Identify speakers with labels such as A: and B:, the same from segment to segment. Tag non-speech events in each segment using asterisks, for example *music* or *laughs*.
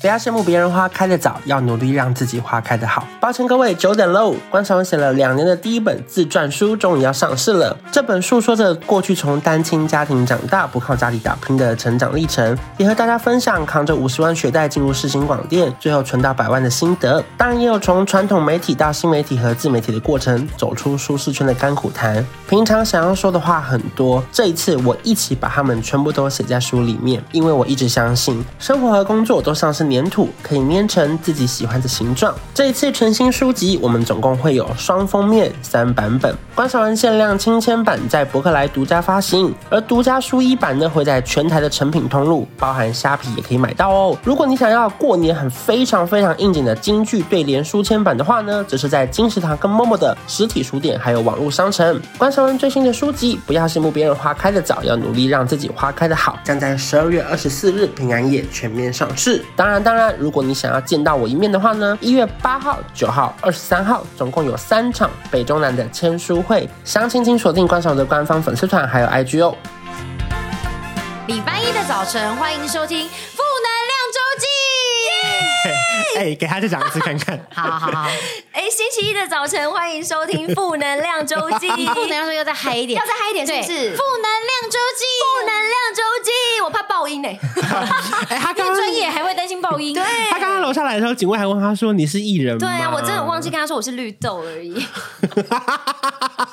A: 不要羡慕别人花开的早，要努力让自己花开的好。抱歉各位，久等喽！关晓雯写了两年的第一本自传书终于要上市了。这本书说着过去从单亲家庭长大，不靠家里打拼的成长历程，也和大家分享扛着五十万学贷进入世新广电，最后存到百万的心得。当然也有从传统媒体到新媒体和自媒体的过程，走出舒适圈的甘苦谈。平常想要说的话很多，这一次我一起把它们全部都写在书里面，因为我一直相信生活和工作都像是。粘土可以粘成自己喜欢的形状。这一次全新书籍，我们总共会有双封面、三版本。观赏完限量亲签版在博客来独家发行，而独家书衣版呢会在全台的成品通路，包含虾皮也可以买到哦。如果你想要过年很非常非常应景的京剧对联书签版的话呢，这是在金石堂跟陌陌的实体书店还有网络商城。观赏完最新的书籍，不要羡慕别人花开的早，要努力让自己花开的好，将在十二月二十四日平安夜全面上市。当然。当然，如果你想要见到我一面的话呢，一月八号、九号、二十三号，总共有三场北中南的签书会，详情请锁定观赏的官方粉丝团还有 IG 哦。
B: 礼拜一的早晨，欢迎收听《负能量周记》。
A: 哎、给他再讲一次看
C: *laughs*
A: 看。
B: 好好 *laughs* 好，哦
C: 哎，星期一的早晨，欢迎收 *laughs* 听《负能量周记》
B: 你负能量说要再嗨一点，
C: 要再嗨一点是不
B: 对
C: 是
B: 负能量周记，
C: 负能量周记，我怕爆音欸呢、
A: 哎、他刚
B: 越
A: 刚
B: 专业还会担心爆音。对
A: 他刚刚楼下来的时候，警卫还问他说：“你是艺人吗？”
C: 对啊，我真的忘记跟他说我是绿豆而已。
A: 啊。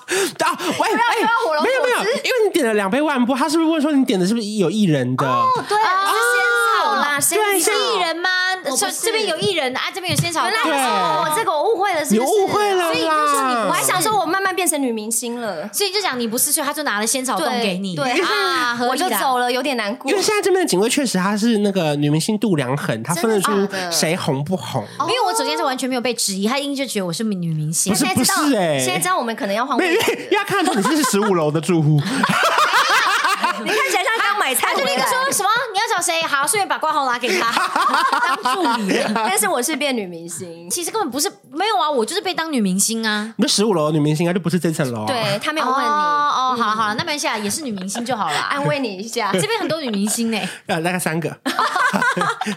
A: 喂，哎、
C: 要火龙
A: 没有没有，
C: 果
A: 因为你点了两杯万波，他是不是问说你点的是不是有艺人的？
C: 对啊，是仙草啦，仙
A: 对
C: 草
A: 是
B: 艺。人吗？
C: 不
B: 这
C: 是
B: 这边有艺人啊，这边有仙草
C: 原来
A: 对
C: 是我这个我误会了，是
A: 你
C: 不是？
A: 误会了
C: 所以就说你，
A: 啦
C: 我还想说我慢慢变成女明星了。
B: 所以就讲你不是，所以他就拿了仙草冻
C: 对
B: 给你， *laughs*
C: *laughs* 对
B: 啊，合
C: 我
B: 理啦
C: 就走了，有点难过
A: 因。为现在这边的警卫确实他是那个女明星度量衡，他分得
C: 真的
A: 出
C: 假的哦
A: 谁红不红。
B: 因为我首先是完全没有被质疑，他一定就觉得我是女明星
A: 不。是
C: 现在知道，
A: 不是欸
C: 现在知道我们可能要换
A: 没有，因
C: 位
A: 为
C: 置
A: 因为他看得出你是十五楼的住
C: *laughs*
A: 户，
C: 你看起来像刚买菜
B: 他就
C: 回
B: 立刻
C: 来。
B: 说什么你要找谁？好，顺便把挂号拿给 *laughs* 他当助理。
C: 但是我是变女明星，
B: 其实根本不是没有啊，我就是被当女明星啊。
A: 你十五楼的女明星应该就不是这层楼、啊。
C: 对他没有问你，
B: 哦哦，好了好了，那没关系啊，也是女明星就好了 *laughs* 啊。
C: 安慰你一下，
B: 这边很多女明星呢，
A: 呃，大概三
C: *laughs*
A: 个，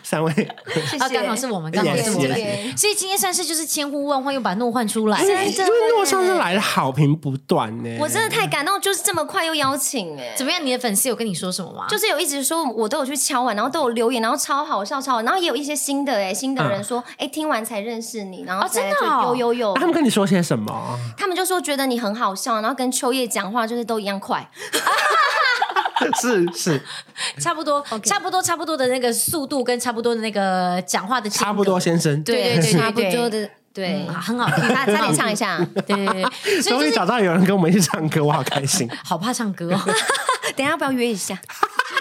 A: 三位。
C: 谢
B: 啊，
C: 谢。
B: 刚好是我们，刚好是我
A: 也
B: 们，
C: 是
B: 所以今天算是就是千呼万唤又把怒唤出来。
C: 真
A: 哎因
C: 的
A: 为诺上次来的好评不断呢、
C: 我真的太感动，就是这么快又邀请哎、
B: 怎么样？你的粉丝有跟你说什么吗？
C: 就是有一直说我都有去敲碗，然后都有留言，然后超好笑超好，然后也有一些新的哎、新的人说哎、听完才认识你，然后
B: 哦真的
C: 才
B: 哦
C: 就有有有，
A: 嗯啊他们跟你说些什么？
C: 他们就说觉得你很好笑，然后跟秋叶讲话就是都一样快，
A: *laughs* 是是，
B: 差不多，差不多，差不多的那个速度跟差不多的那个讲话的
A: 差不多先生。
B: 对
C: 对
B: 对对
C: 差不多的，
B: 对，
C: 对，
B: 嗯很好听。
C: 那差点唱
A: *laughs*
C: 一下，
B: 对对对对，所以
A: 终于
B: 就是
A: 找到有人跟我们一起唱歌，我好开
C: *laughs*
A: 心。
B: 好怕唱歌哦。 *laughs*
C: 等一下要不要约一下？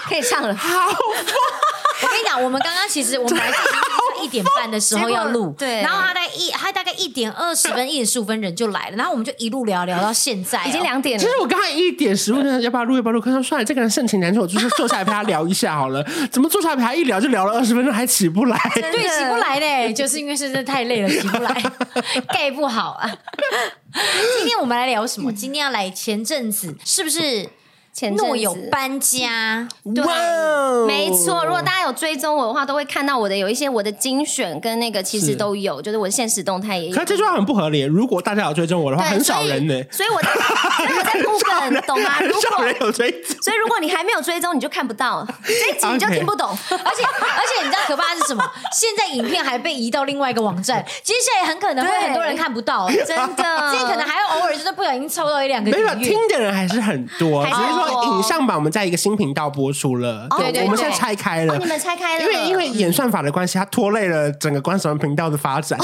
C: 可以唱了，
B: 我跟你讲，我们刚刚
A: *laughs*
B: 其实我们来一点半的时候要
C: 结
B: 录
C: 果，对
B: 然后他大概一他大概一点二十分、一点十五分人就来了，然后我们就一路聊聊到现
A: 哎
B: 在哦、
C: 已经两点
A: 其
C: 了
A: 实。我刚才一点十五分，要不要录？要不要录？他说算了，这个人盛情难却，我就是坐下来陪他聊一下好了。怎么坐下来陪他一聊就聊了二十分钟，还起不来？
B: 对，
C: 真的
B: 起不来嘞，就是因为真的太累了，起不
C: *laughs*
B: 来，盖不好啊。今天我们来聊什么？今天要来前阵子是不是
C: 嗯前阵子啊
B: 诺有搬家？
A: 对哇哦
C: 没错，如果大家有追踪我的话，都会看到我的有一些我的精选跟那个其实
A: 是
C: 都有，就是我的现实动态也有
A: 可。是这句话很不合理。如果大家有追踪我的话，
C: 对
A: 很少人呢、
C: 所以所以我在，所以我在铺梗，懂吗？
A: *laughs* 很
C: 如
A: 少
C: 果
A: 人有追踪。
C: 所以如果你还没有追踪，你就看
A: *laughs*
C: 不到这一集，你就
A: OK
C: 听不懂。
B: 而且而且你知道可怕的是什么？现在影片还被移到另外一个网站，接下来很可能会
C: 对
B: 很多人看
C: *laughs*
B: 不到，真
C: 真的，
B: 这可能还要偶尔就是不小心抽到一两个
A: 没有
B: 订阅
A: 听的人还是很多，只
C: 还是
A: 是
C: 很多
A: 说影像版我们在一个新频道播出了，
C: 对对
A: 我们
C: 对
A: 现在拆开
C: 哦
A: 了
C: 你。们拆开了，
A: 因为因为演算法的关系，它拖累了整个观赏频道的发
C: 哦
A: 展。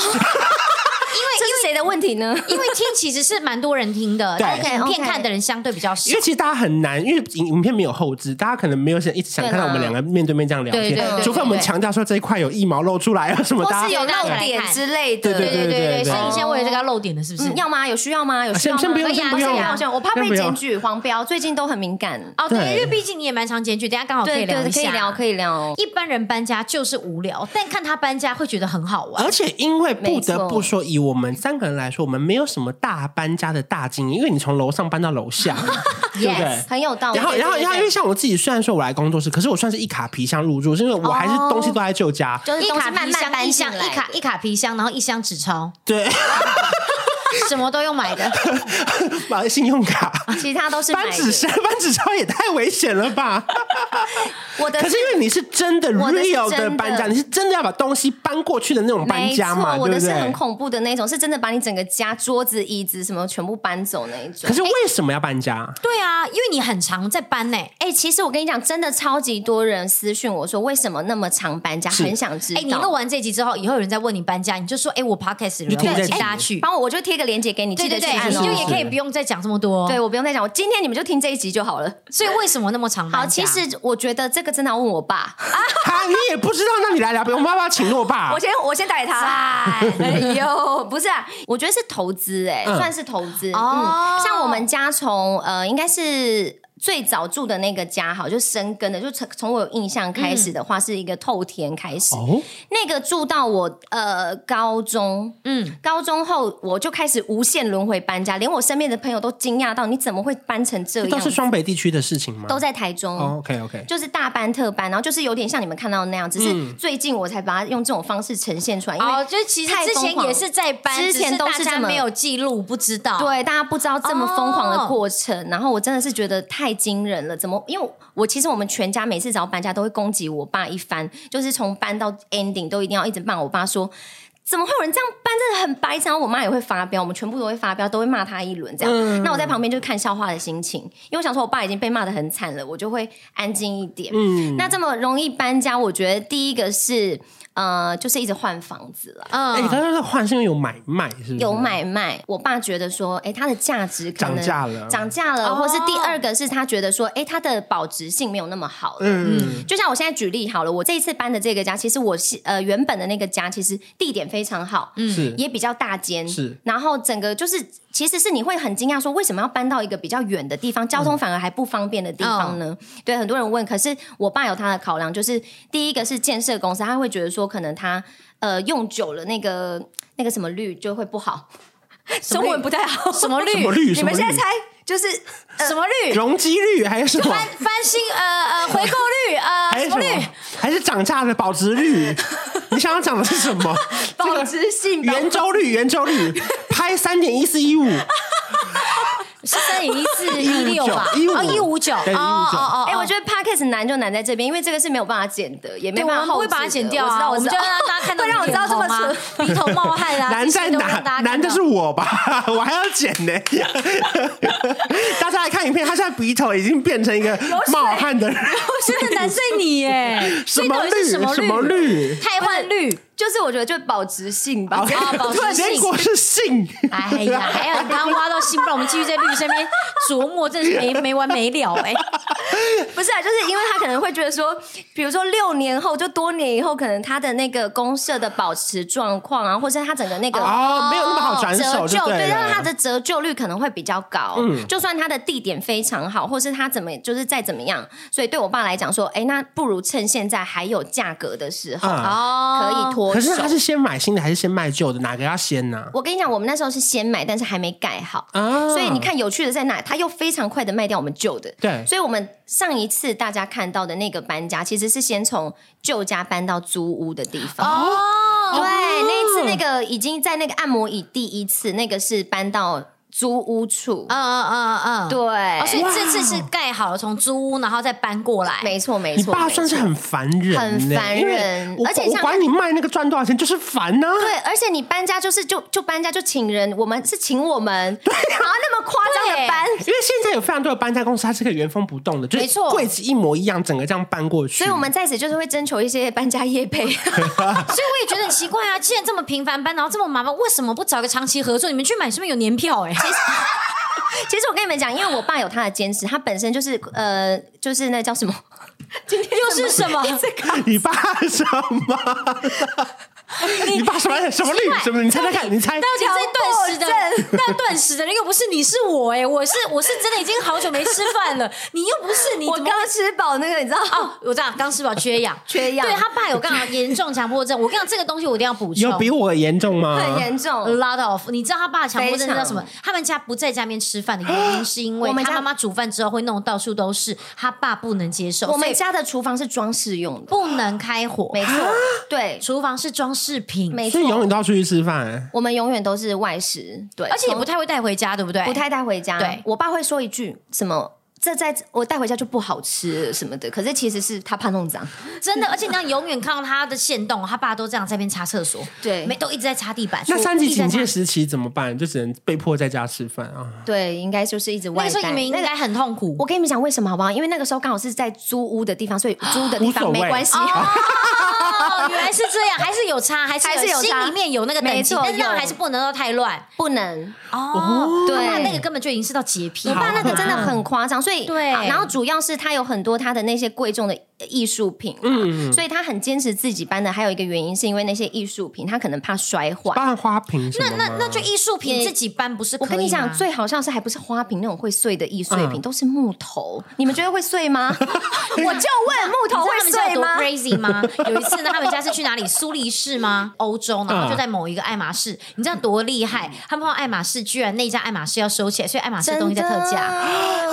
C: 这是谁的问题呢？
B: 因为听其实是蛮多人听的，
A: 对
B: 但影
C: OK，OK
B: 片看的人相对比较少
A: 因。为其实大家很难，因为影影片没有后置，大家可能没有想一直想看到我们两个面对面这样聊天，
B: 对对对对
A: 除非我们强调说这一块有一毛露出来啊什么，大
C: 或是
A: 家
C: 有漏点之类
A: 对
C: 的，
A: 对
B: 对对
A: 对
B: 对，所以你现在为了这个要露点的是不是？
C: 哦嗯，要吗？有需要吗？有需要吗？
A: 先先不用
C: 可以啊
A: 先不用
C: 可以啊
A: 啊
C: 可以啊我怕
A: 先
C: 被
A: 不用
C: 检举黄标，最近都很敏感。
B: 哦，对，
A: 对
B: 因为毕竟你也蛮常检举，等一下刚
A: 哦
B: 好可
C: 对
B: 以聊
C: 对，
B: 一
C: 可
B: 下。
C: 以聊，可以聊。
B: 一般人搬家就是无聊，但看他搬家会觉得很好玩
A: 而。且因为不得不说，以我们三个个人来说，我们没有什么大搬家的大经验，因为你从楼上搬到楼
C: *laughs*
A: 下，对不对？
C: 很有道
A: *laughs*
C: 理。
A: 然后，然后，
C: 对
A: 然后，因为像我自己，虽然说我来工作室，可是我算是一卡皮箱入住，是因为我还
C: 哦
A: 是东西都在旧家，
C: 对对就是
B: 一
C: 东
B: 卡
C: 西慢
B: 皮
C: 慢
B: 箱
C: 搬
B: 一
C: 进
B: 箱
C: 来
B: 一卡一卡皮箱，然后一箱纸钞，
A: 对， *laughs*
B: 什么都用买的。
A: 买信用卡。
C: 的，其他都是买
A: 搬纸
C: 的。
A: 箱、 *laughs* 搬纸钞也太危险了吧！
C: 我的
A: 可是因为你是真的
C: 我的是
A: real
C: 真的
A: 搬家，你是真的要把东西搬过去的那种搬
C: 没
A: 家嘛，
C: 错，我
A: 对
C: 的
A: 不
C: 是很
A: 对？
C: 恐怖的那种，是真的把你整个家桌子、椅子什么全部搬走那一种。
A: 可是为什么要搬家？
B: 对啊，因为你很常在搬呢、欸。
C: 哎、其实我跟你讲，真的超级多人私讯我说，为什么那么常搬家？
A: 是
C: 很想知
B: 哎、
C: 道。
B: 你录完这集之后，以后有人在问你搬家，你就说：“哎、我 podcast
A: 就
B: 有
A: 听
B: 人
A: 这
B: 请
A: 集
B: 大家去。
C: 帮我，我就贴个链接给你，”
B: 对对
C: 记
B: 对
C: 得去，按
B: 你
C: 哦。
B: 就也可
A: 是
B: 以不用再讲这么多。
C: 对，，我不用再讲，我今天你们就听这一集就好了。
B: 所以为什么那么常搬
C: 好，其
B: 家
C: 实我觉得这个真的要问我爸，
A: 哈，你也不知道，那你来聊，我们要不要请诺爸
C: 哎 *laughs* 我？先我先打给他。
A: *laughs*
C: 哎呦，不是啊，我觉得是投资、哎、
A: 嗯
C: 算是投资。
B: 哦
C: 嗯，像我们家从呃，应该是。最早住的那个家，好，就生根的，就从从我有印象开始的话，是一个透天开始。
A: 哦，
C: 那个住到我呃高中，
B: 嗯，
C: 高中后我就开始无限轮回搬家，连我身边的朋友都惊讶到，你怎么会搬成这
A: 这
C: 样？
A: 都是双北地区的事情吗？
C: 都在台中。
A: 哦，OK OK，
C: 就是大班特班，然后就是有点像你们看到的那样，只是
A: 嗯
C: 最近我才把它用这种方式呈现出来，因为、
B: 哦，就是其实
C: 太
B: 之
C: 疯
B: 前
C: 狂
B: 也是在搬，
C: 之前
B: 只
C: 都是
B: 大家
C: 这么
B: 没有记录，不知
A: 啊
B: 道。，
C: 对大家不知道这么疯狂的
B: 哦
C: 过程。然后我真的是觉得太惊人了，怎么？因为我其实我们全家每次只要搬家都会攻击我爸一番，就是从搬到 ending 都一定要一直骂我爸说。怎么会有人这样搬？真的很白痴。然后我妈也会发飙，我们全部都会发飙，都会骂他一轮这样。
A: 嗯
C: 那我在旁边就是看笑话的心情，因为我想说我爸已经被骂的很惨了，我就会安静一点。
A: 嗯，
C: 那这么容易搬家，我觉得第一个是呃，就是一直换房子啦。
A: 哎，你
B: 嗯，
A: 刚刚说换是因为有买卖，是不是？
C: 呃有买卖，我爸觉得说，哎、它的价值可能
A: 涨价了
C: 涨价了，
B: 哦
C: 或是第二个是他觉得说，哎、它的保值性没有那么好了。
A: 嗯，
C: 就像我现在举例好了，我这一次搬的这个家，其实我是呃原本的那个家，其实地点非常好，
A: 是
C: 嗯也比较大间，
A: 嗯是，
C: 然后整个就是其实是你会很惊讶说，为什么要搬到一个比较远的地方，
A: 嗯
C: 交通反而还不方便的地方
A: 哦
C: 呢？对，很多人问，可是我爸有他的考量，就是第一个是建设公司，他会觉得说，可能他呃用久了那个那个什么率就会不好，
B: 么率
C: *laughs* 中文不太好，
B: 什么率？
A: 什么率？
C: 你们
A: 什么
C: 现在
A: 率
C: 猜 *laughs* 就是
B: 什么率？
A: 容积率还是什么？
B: 呃翻翻新呃呃回购率呃
A: 还
C: 哎
B: 什
A: 是
B: 么
A: 什
B: 率？
A: 么？还是涨价的保值
C: *laughs*
A: 率？你想要讲的是什么？这
C: 保
A: 个
C: 值性吧。
A: 圆周率，圆周
C: *laughs*
A: 率，拍三点一四一五
B: 是三零一
A: *laughs*
B: 四一六吧？
A: 159
B: 哦一五九，
A: 对
B: 哦哦
A: 159
B: 哦，
C: 哎、
B: 哎，
C: 我
B: 我觉
C: 觉得 podcast 难就难在这边，因为这个是没有办法剪的，也没
B: 得我
C: 办
B: 们
C: 法后
B: 不会
C: 置
B: 把它剪掉
C: 我知道，
B: 啊，我们
C: 知
B: 就
C: 道
B: 让大家看
C: *laughs*
B: 到
C: 会让我知道这么扯。
B: 扯，鼻头冒汗啊，
A: *laughs* 难在
B: 这些都让大
A: 哪？
B: 家看到
A: 难的是我吧， *laughs* 我还要剪呢。 *laughs* 大家来看影片，他现在鼻头已经变成一个冒汗的人，
B: 真的难睡你耶，
A: *laughs* 什么
B: 所以到底
A: 绿？
B: 是什么
A: 什么？绿？
B: 太换率。
C: 就是我觉得就保值性吧，
B: 啊
A: *laughs*
B: 保值性
A: 结果是性。
B: 哎呀，还有你刚刚挖到心，不然我们继续在绿身边琢磨，真的是没没完没了
C: *laughs*
B: 哎、
C: 不是啊，就是因为他可能会觉得说，比如说六年后，就多年以后，可能他的那个公社的保持状况啊，或是他整个那个。
A: 哦，没有那么好转
C: 折
A: 手就
C: 旧
A: 对
C: 但是
A: 了。
C: 它的折旧率可能会比较高。
A: 嗯
C: 就算它的地点非常好，或是它怎么就是再怎么样，所以对我爸来讲说，哎，那不如趁现在还有价格的时候，
A: 啊
C: 可
B: 哦
C: 以脱
A: 可
C: 手
A: 是。他是先买新的还是先卖旧的？哪个要先呢？
C: 我跟你讲，我们那时候是先买，但是还没盖好，
A: 啊，
C: 所以你，看有趣的在哪，他又非常快的卖掉我们旧的。
A: 对，
C: 所以我们上一次大家看到的那个搬家，其实是先从旧家搬到租屋的地方。
B: 哦
C: 对，那一次那个已经在那个按摩椅第一次，那个是搬到租屋处。
B: 嗯嗯嗯嗯，
C: 对，
B: 哦，所以这次是盖好了，从租屋然后再搬过来。
C: 没错没
A: 你
C: 错，
A: 爸
C: 没错
A: 算是很烦人呢，
C: 很烦
A: 因为
C: 人
A: 我
C: 而且
A: 我
C: 像
A: 管你卖那个赚多少钱，就是烦啊呐。
C: 对，而且你搬家就是就就搬家就请人，我们是请我们，对、然后那么夸张的搬。
A: 因为现在有非常多的搬家公司，它是可以原封不动的，就
B: 没
A: 是
B: 错
A: 柜子一模一样，整个这样搬过去。
C: 所以我们在此就是会征求一些搬家业配，
B: 所以我也觉得很奇怪啊，既然这么频繁搬，然后这么麻烦，为什么不找一个长期合作？你们去买是不是有年票、哎，
C: 其实我跟你们讲，因为我爸有他的坚持，他本身就是呃，就是那叫什么？今天
A: *laughs*
B: 又是什么？
A: 你爸什么？你把什么什么绿什么？你猜猜看，你猜。
B: 到底是
C: 强
B: 断食的，那断食的人又不是你，是我哎、我是我是真的已经好久没吃饭了，你又不是你，
C: *laughs* 我
B: 怎么
C: 刚吃饱那个，你知道
B: 哦，我知道刚吃饱缺氧，
C: 缺氧
B: 对他爸有刚好严重强迫症，我跟你讲这个东西我一定要补充
A: 有。比我严重吗？
C: 很严重。
B: 拉倒，你知道他爸强迫症叫什么
C: 非？
B: 他们家不在家面吃饭的原因，是因为
C: 我们
B: 他
C: 家
B: 妈妈煮饭之后会弄到处都是，他爸不能接受，
C: 我
B: 所
C: 们
B: 以
C: 家的厨房是装饰用的，
B: 不能开火。
C: 没错，对，
B: 厨房是装饰品，
C: 没
A: 所
C: 错
A: 以，永远都要出去吃饭。
C: 我们永远都是外食，对，
B: 而且也不太会带回家，对不对？
C: 不太带回家。
B: 对
C: 我爸会说一句什么？这在我带回家就不好吃了什么的，可是其实是他怕弄脏，
B: 真的，而且你要永远看到他的线动，他爸都这样在那边擦厕所，
C: 对
B: 没都一直在擦地板。
A: 那三级警戒
B: 一直在擦
A: 时期怎么办？就只能被迫在家吃饭啊！
C: 对，应该就是一直
B: 那
C: 外
B: 个时候
C: 带。
B: 你们应
C: 那个
B: 该很痛苦。
C: 我跟你们讲为什么好不好？因为那个时候刚好是在租屋的地啊方，所以租的地
A: 无所
C: 方
A: 谓
C: 没关系。
B: 哦，原来是这样，还是有差， *laughs* 还是
C: 还是有差
B: 心里面有那个等
C: 没
B: 级，
C: 错
B: 但是那
C: 有
B: 还是不能够太乱
C: 不能。
B: 哦。
C: 对
B: 他爸那个根本就已经是到洁癖了，
A: 我
C: 我
A: 爸
C: 爸那个真的很夸张，所以
B: 啊对
C: 啊然后主要是他有很多他的那些贵重的艺术品，嗯，所以他很坚持自己搬的。还有一个原因是因为那些艺术品他可能怕摔坏。
B: 哦
A: 包含花瓶什么
B: 那
A: 吗
B: 那那就艺术品
C: 也
B: 自己搬不是可
C: 我
B: 以吗？啊
C: 跟你讲，最好笑是还不是花瓶那种会碎的易碎品，
A: 嗯
C: 都是木头。你们觉得会碎
B: *laughs*
C: 吗？我就问木头会
B: 你知道
C: 碎吗
B: 他？们家有多 crazy *laughs* 吗？有一次呢，他们家是去哪里？苏黎世吗？欧洲，
A: 嗯
B: 然后就在某一个爱马仕，你知道多厉害？他们碰到爱马仕，居然那一家爱马仕要收起来，所以爱马仕的东西在特价。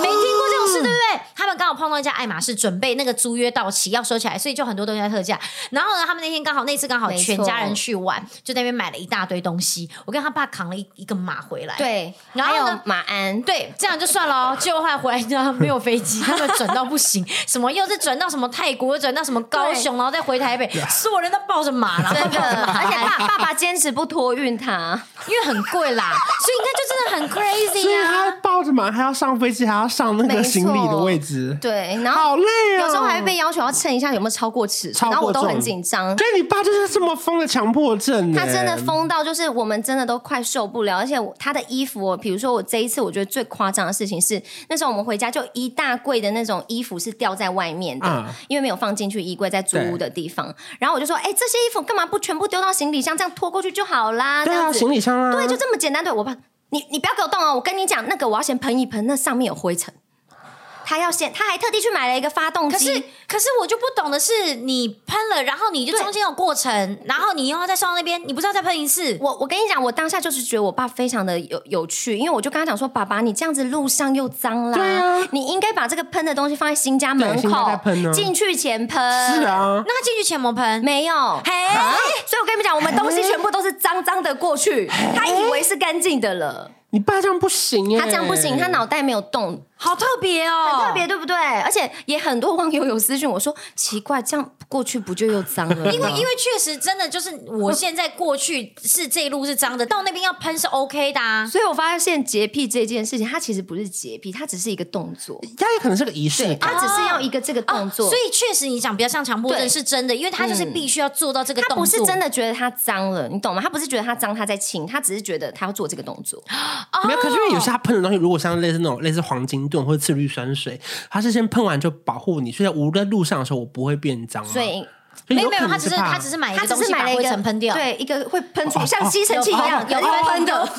B: 没听过这种事，对不对？他们刚好碰到一家爱马仕，准备那个租约到期要收起来，所以就很多东西在特价。然后呢，他们那天刚好那次刚好
C: 没错
B: 全家人去玩，就在那边买了一大堆东西。我跟他爸扛了一一个马回来，
C: 对，
B: 然后
C: 还
B: 呢
C: 有马鞍，
B: 对，这样就算了哦。结果后来回来，你知道没有飞机，他们转到不行，什么又是转到什么泰国，又转到什么高雄，然后再回台北，所有人都抱着马，然后
C: 真
B: *laughs*
C: 的，
B: 抱着马
C: 而且爸爸爸坚持不托运他，
B: 因为很贵啦，所以你看就真的很
A: 所以
B: crazy
A: 他
B: 啊。
A: 抱着嘛，还要上飞机，还要上那个
C: 没错
A: 行李的位置，
C: 对，然后
A: 好累啊！
C: 有时候还会被要求要称一下有没有超过尺寸，
A: 超
C: 然后
A: 过
C: 我都
A: 重
C: 很紧张。
A: 所以你爸就是这么疯的强迫症欸，
C: 他真的疯到，就是我们真的都快受不了，而且我他的衣服哦，比如说我这一次，我觉得最夸张的事情是，那时候我们回家就一大柜的那种衣服是掉在外面的，
A: 嗯
C: 因为没有放进去衣柜，在租屋的地方。然后我就说，哎、这些衣服干嘛不全部丢到行李箱，这样拖过去就好啦，这
A: 对啊，
C: 样子，
A: 行李箱啊，
C: 对，就这么简单。对我爸，你你不要给我动哦，我跟你讲，那个我要先喷一喷，那上面有灰尘。他要先，他还特地去买了一个发动
B: 可
C: 机，
B: 是，可是我就不懂的是，你喷了，然后你就
C: 对
B: 中间有过程，然后你又要再送到那边，你不知道再喷一次，
C: 我我跟你讲，我当下就是觉得我爸非常的有有趣，因为我就跟他讲说，爸爸，你这样子路上又脏啦，
A: 对啊
C: 你应该把这个喷的东西放在新家门
A: 对新家再
C: 口，
A: 喷啊
C: 进去前喷，
A: 是，啊，
B: 那他进去前有没有喷，
C: 没啊有。
B: 嘿，
C: 所以我跟你们讲，我们东
A: 哎
C: 西全部都是脏脏的过去，他以为是干净的了，
A: 你爸这样不行哎，
C: 他这样不行，他脑袋没有动，
B: 好特别哦，
C: 特别对不对？而且也很多网友有私讯我说，奇怪，这样过去不就又脏了吗？
B: 因为因为确实真的就是，我现在过去是这一路是脏的，到那边要喷是 OK 的啊。
C: *laughs* 所以我发现洁癖这件事情，它其实不是洁癖，它只是一个动作，
A: 他也可能是个仪式
C: 对，
A: 感，
C: 它只是要一个这
A: 哦
C: 个动作，
B: 所以确实你讲比较像强迫症
C: 对
B: 是真的，因为他就是必须要做到这个
C: 他
B: 动作，
C: 不是真的觉得他脏了，你懂吗？他不是觉得他脏，他在亲，他只是觉得他要做这个动作。
A: 没有。可是因为有些他喷的东西，如果像类似那种类似黄金盾或者次氯酸水，他是先喷完就保护你，所以在无论路上的时候我不会变脏啊。
C: 所以
A: 所以
B: 没有
A: 有
B: 没有，
A: 可
B: 他
A: 能
B: 只是
A: 怕
B: 他只是买一
C: 他
B: 个
C: 只
B: 东
C: 是
B: 西把
C: 买了一
B: 灰
C: 个
B: 尘喷掉，
C: 对，一个会喷出像吸尘器一样
B: 有
C: 有
B: 喷
C: 喷
B: 有
C: 的
B: 喷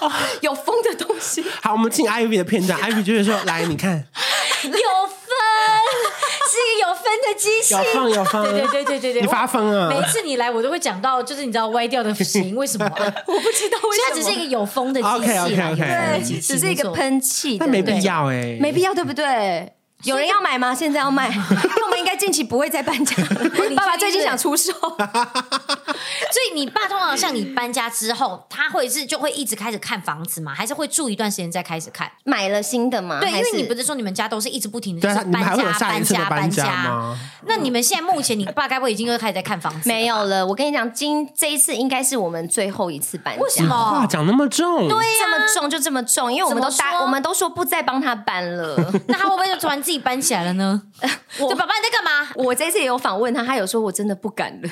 B: 有喷，
C: 有风的东西。
A: 好，我们进 Ivy 的片段，Ivy 就是说，来你看，
B: *laughs* 有分， *laughs* 是一个有分的机器
A: 有。放有放，
B: 对对对对对对，
A: 你发疯啊
B: *laughs* 我每一次你来，我都会讲到，就是你知道歪掉的型，为什 *laughs* 么啊？我不知道为
C: 什么
B: 它只是一个有风的机器啦
A: OK，OK，OK
B: 有风的
A: 对
B: 机器
C: 只是一
B: 没
C: 个
B: 错。
C: 喷气的，
A: 但没
C: 对
A: 必，要哎，
C: 没必要，对不对？有人要买吗？现在要卖，因为我们应该近期不会再搬家 *laughs* 了爸爸最近想出售，
B: 所以你爸通常像你搬家之后，他会是就会一直开始看房子嘛，还是会住一段时间再开始看？
C: 买了新的嘛？
B: 对，因
C: 还
B: 为
C: 是
B: 你啊不是说你们家都是一直不停的，
A: 对
B: 就
A: 啊
B: 是
A: 你们还
B: 搬
A: 会有
B: 家、
A: 下一
B: 搬
A: 次的
B: 家、
A: 搬
B: 搬
A: 家
B: 家
A: 吗。
B: 那你们现在目前，你爸该不会已经开始在看房子？
C: 没有了。我跟你讲，今这一次应该是我们最后一次搬家。
B: 为什
A: 话
B: 么？
A: 讲那么重，对
C: 这
B: 啊
C: 么重就这么重，因为我们都
B: 怎么
C: 答，
B: 说
C: 我们都说不再帮他搬了。
B: 那他会不会就突然自己搬起来了 *laughs* 呢？就爸爸你在
C: *laughs*
B: 干嘛？
C: 我这次也有访问他，他有说我真的不敢了，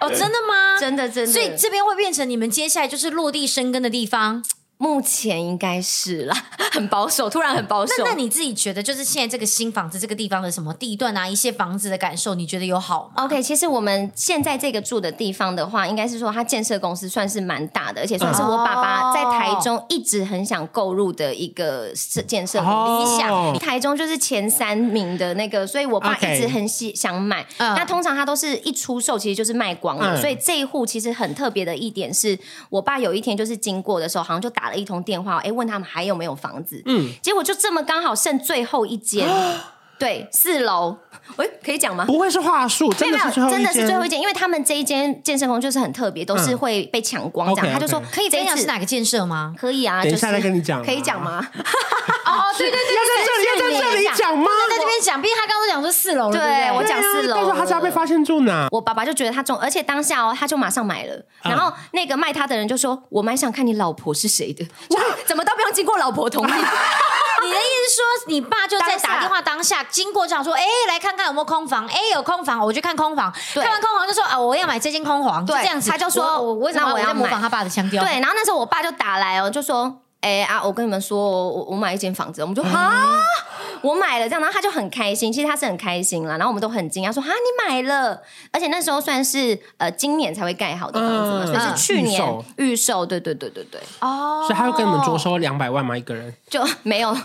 B: 哦，真的吗？
C: 真的真的。
B: 所以这边会变成你们接下来就是落地生根的地方。
C: 目前应该是啦，很保守，突然很保守。
B: 那那你自己觉得，就是现在这个新房子这个地方的什么地段啊，一些房子的感受，你觉得有好吗？
C: OK，其实我们现在这个住的地方的话，应该是说它建设公司算是蛮大的，而且算是我爸
A: 哦
C: 爸在台中一直很想购入的一个设建设
A: 哦
C: 理想。台中就是前三名的那个，所以我爸
A: OK
C: 一直很喜想买。
B: 嗯
C: 那通常他都是一出售，其实就是卖光了。
A: 嗯
C: 所以这一户其实很特别的一点是，我爸有一天就是经过的时候，好像就打了一通电话，哎，问他们还有没有房子。
A: 嗯，
C: 结果就这么刚好剩最后
A: *gasps*
C: 一间，对，四楼，喂，可以讲吗？
A: 不会是话术，
C: 没
A: 真
C: 有
A: 的
C: 没
A: 是最
C: 有，
A: 后
C: 真
A: 一
C: 的是最后一
A: 间。
C: 间，因为他们这一间健身房就是很特别，都是
A: 嗯
C: 会被抢光这
A: OK，
C: 样。他就说
A: OK
B: 可以分享
C: 这一
B: 是
C: 次
B: 哪个建设吗？
C: 可以啊，
A: 等一
C: 就是
A: 下再跟你讲啊
C: 可以讲吗？
B: 哦，对对对，
A: 要在这里，要在这里讲吗？
C: *laughs*
B: 在这边讲，毕竟他刚刚都讲说四楼了，
C: 对
B: 对不对
C: 我讲四楼
A: 到时候他是要被发现住哪？
C: 我爸爸就觉得他中，而且当下哦，他就马上买
A: 嗯
C: 了。然后那个卖他的人就说：“我蛮想看你老婆是谁的， *laughs* 就怎么都不用经过老婆同意。
B: 你的意思是说，你爸就在
C: 当下
B: 打电话当下经过这样说，哎、来看看有没有空房，哎、有空房，我去看空房，
C: 对
B: 看完空房就说啊，我要买这间空房，就
C: 对
B: 这样子，
C: 他就说
B: 我我为什么
C: 那我要
B: 在模仿
C: 买
B: 他爸的腔”调？
C: 对，然后那时候我爸就打来哦，就说：“哎、啊，我跟你们说，我我买一间房子。”我们就
A: 嗯
C: 啊， *laughs* 我买了这样，然后他就很开心，其实他是很开心啦。然后我们都很惊讶，说：“啊，你买了！”而且那时候算是呃今年才会盖好的房子嘛，
A: 嗯
C: 所以是去
A: 预售
C: 年预售。对对对对对，
B: 哦，
A: 所以他会跟你们着收两百万吗？一个人？
C: 就没有，
A: 哦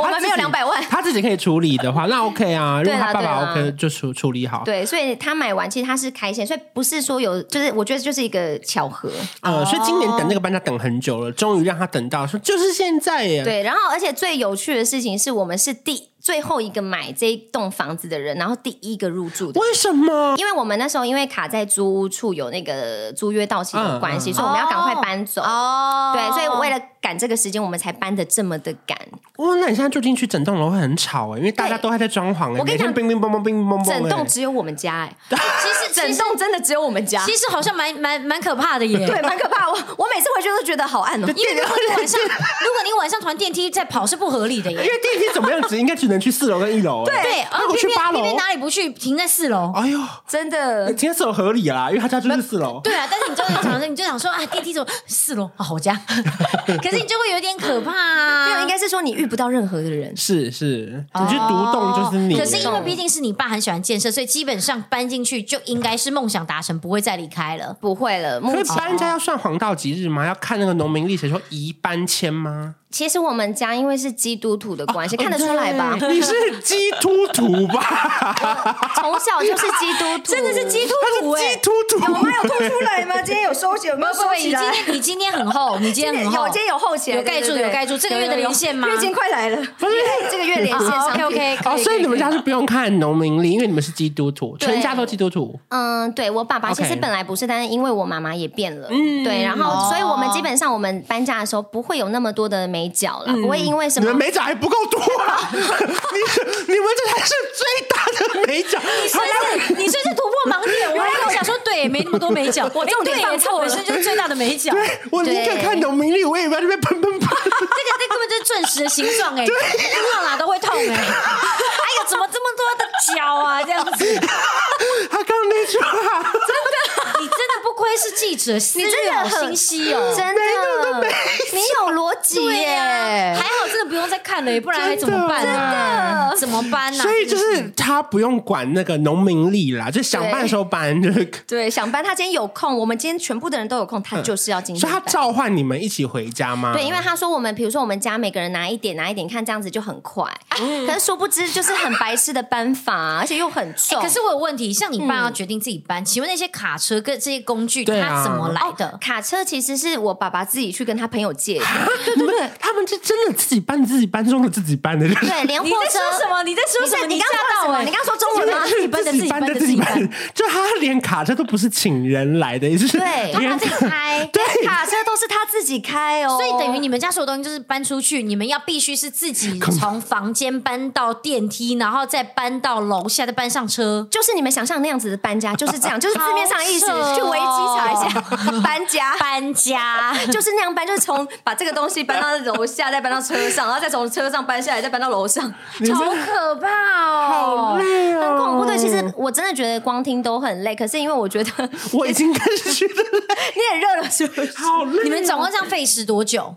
C: 我们没有
A: 他自己
C: 200万 *laughs*
A: 他自己可以处理的话，那 OK 啊。如
C: 对
A: 果
C: 啦
A: 他爸
C: 对
A: 爸
C: 啦
A: OK，就处处理好。
C: 对，所以他买完其实他是开心，所以不是说有，就是我觉得就是一个巧合。
A: 呃，所以今年等那个搬家等很久了，终于让他等到，说就是现在耶。
C: 对，然后而且最有趣的事情是我们是第最后一个买这一栋房子的人，然后第一个入住的。
A: 为什么？
C: 因为我们那时候因为卡在租屋处有那个租约到期的关系，
A: 嗯嗯
C: 所以我们要赶快搬走。
B: 哦，
C: 对，所以为了赶这个时间，我们才搬的这么的赶。
A: 哇，那你现在住进去整栋楼会很吵哎，因为大家
C: 对
A: 都还在装潢哎，
C: 我跟你讲
A: 每天乒乒乓乓，乒乒乓乓，
C: 整栋
A: 哎
C: 只有我们家、
A: *laughs*
C: 哎，
B: 其实其
C: 整
B: 实
C: 栋真的只有我们家，
B: 其实好像蛮蛮蛮可怕的耶。
C: 对，蛮可怕。我我每次回去都觉得好暗哦、
B: 因为如果 *laughs* 你晚上，如果你晚上团电梯在跑是不合理的
A: 因
B: 耶。
A: 为电梯怎么样，只
C: *laughs*
A: 应该只能去四楼跟一楼。哎
B: 对，
A: 如
B: 而
C: 哦
A: 果去
B: 偏
A: 八
B: 偏
A: 楼
B: 偏偏，哪里不去，停在四楼。
A: 哎呦，
C: 真的。
A: 停在四楼合理啦，因为他家就是四楼。
B: 对啊，但是你就想说，你就想说啊，电梯怎么四楼啊，我家，可是你就会有点可怕啊。
C: 没有，应该是说你遇不到任何的人。
A: 是是，你去独栋就是你。
C: 哦
B: 哦可是因为毕竟是你爸很喜欢建设，所以基本上搬进去就应该是梦想达成，不会再离开了。
C: 不会了，目
A: 所以
C: 前
A: 搬家要算黄道吉日吗？要看那个农民历，谁说宜搬迁吗？
C: 其实我们家因为是基督徒的关系，看得出来
B: 啊
C: 吧？
A: 哦 *laughs* 对你是基督徒吧？
C: 从小就是基督徒， *laughs* 真的是基督
A: 他是
B: 欸
A: 基督
B: 哎
D: *laughs*
A: 徒。欸
D: 有吐出来吗？今天有收起，有没有
B: 不不，
D: 收
B: 你
D: 起
B: 今
D: 来？
B: 欸天你今天很厚，你今天很
D: 有，
B: 厚，
D: 今天有后起来，
B: 有盖住
D: 对对对
B: 有盖住这个月的连线吗
D: 月经快来了，不是这个月连线上
B: OK OK，
A: 哦，所以你们家是不用看农民历，因为你们是基督徒，
C: 对
A: 全家都基督徒。
C: 嗯，对我爸爸
A: OK 嗯
C: 其实本来不是，但是因为我妈妈也变了，对，然后所以我们基本上我们搬家的时候不会有那么多的美角了，不会因为什
A: 嗯你
C: 么
A: 们。美甲还不够多啊！ *laughs* 你你们这才是最大的美甲，
B: 所以是你所以是突破盲点。我还有想说，对，没那么多美角，我
C: 重点
B: 对
C: 放
B: 耶，这
C: 错了
B: 本身就是最大的美角。这
A: 我宁可看农民历，我也不要这边喷喷喷。
B: 个啊这根本就是钻石的形状哎，碰到哪都会痛哎。哎呀，怎么这么多的脚啊？这样子，
A: 他刚刚那句话，
B: 你真的不愧是记者，思
C: 真
B: 虑
C: 的
B: 好
C: 很
B: 清晰哦。
C: 真的，你有逻辑
B: 对呀、
C: 耶
B: 还！好真的不用再看了，不然还怎么办啊呢、
C: 哎
B: 怎么办
C: 啊
B: 呢、
A: 所以就是他不用管那个农民历啦，就想搬的时候搬，就是
C: 对，想搬他今天有空，我们今天全部的人都有空，他就是要今
A: 嗯所以
C: 天
A: 他
C: 搬。
A: 召唤你们一起回家吗？
C: 对，因为他说我们，比如说我们家每个人拿一点拿一点，看这样子就很快。
A: 哦
C: 可是殊不知就是很白痴的搬法，啊而且又很
B: 哎
C: 重。
B: 可是我有问题，像你爸要决定自己搬，请问那些卡车跟这些工具，
A: 对啊
B: 他怎么来的？
C: 卡车其实是我爸爸自己去跟他朋友借的，
A: 你们他们是真的自己搬自己搬中的自己搬的，就是
C: 对，连货
B: 哦你在
C: 车
B: 说什么？你在说什么？
C: 你
B: 吓
C: 刚刚说什
B: 到
C: 么？
B: 我！
C: 你刚刚说中文吗？
A: 就是自己搬的自己搬，就他连卡车都不是请人来的，也就是
C: 对
B: 他
A: 连
B: 自己开。
A: 对
C: 卡车都是他自己开哦，
B: 所以等于你们家所有东西就是搬出去，你们要必须是自己从房间搬到电梯，然后再搬到楼下，再搬上车。
C: 就是你们想象那样子的搬家，就是这样，就是字面上的意思，
B: 好扯哦
C: 去维基查一下哦 *laughs* 搬家。
B: 搬家，
C: 就是那样搬，就是从把这个东西搬到楼下，再搬到车上，然后再从车上搬下来，再搬到楼上，
A: 你
B: 好
A: 们
B: 可怕哦！
A: 累哦，
C: 很恐怖。对，啊其实我真的觉得光听都很累，可是因为我觉得你
A: 我已经开始觉得
C: 也热了，是不是？
A: 好累。
B: 你们总共这样费时多久？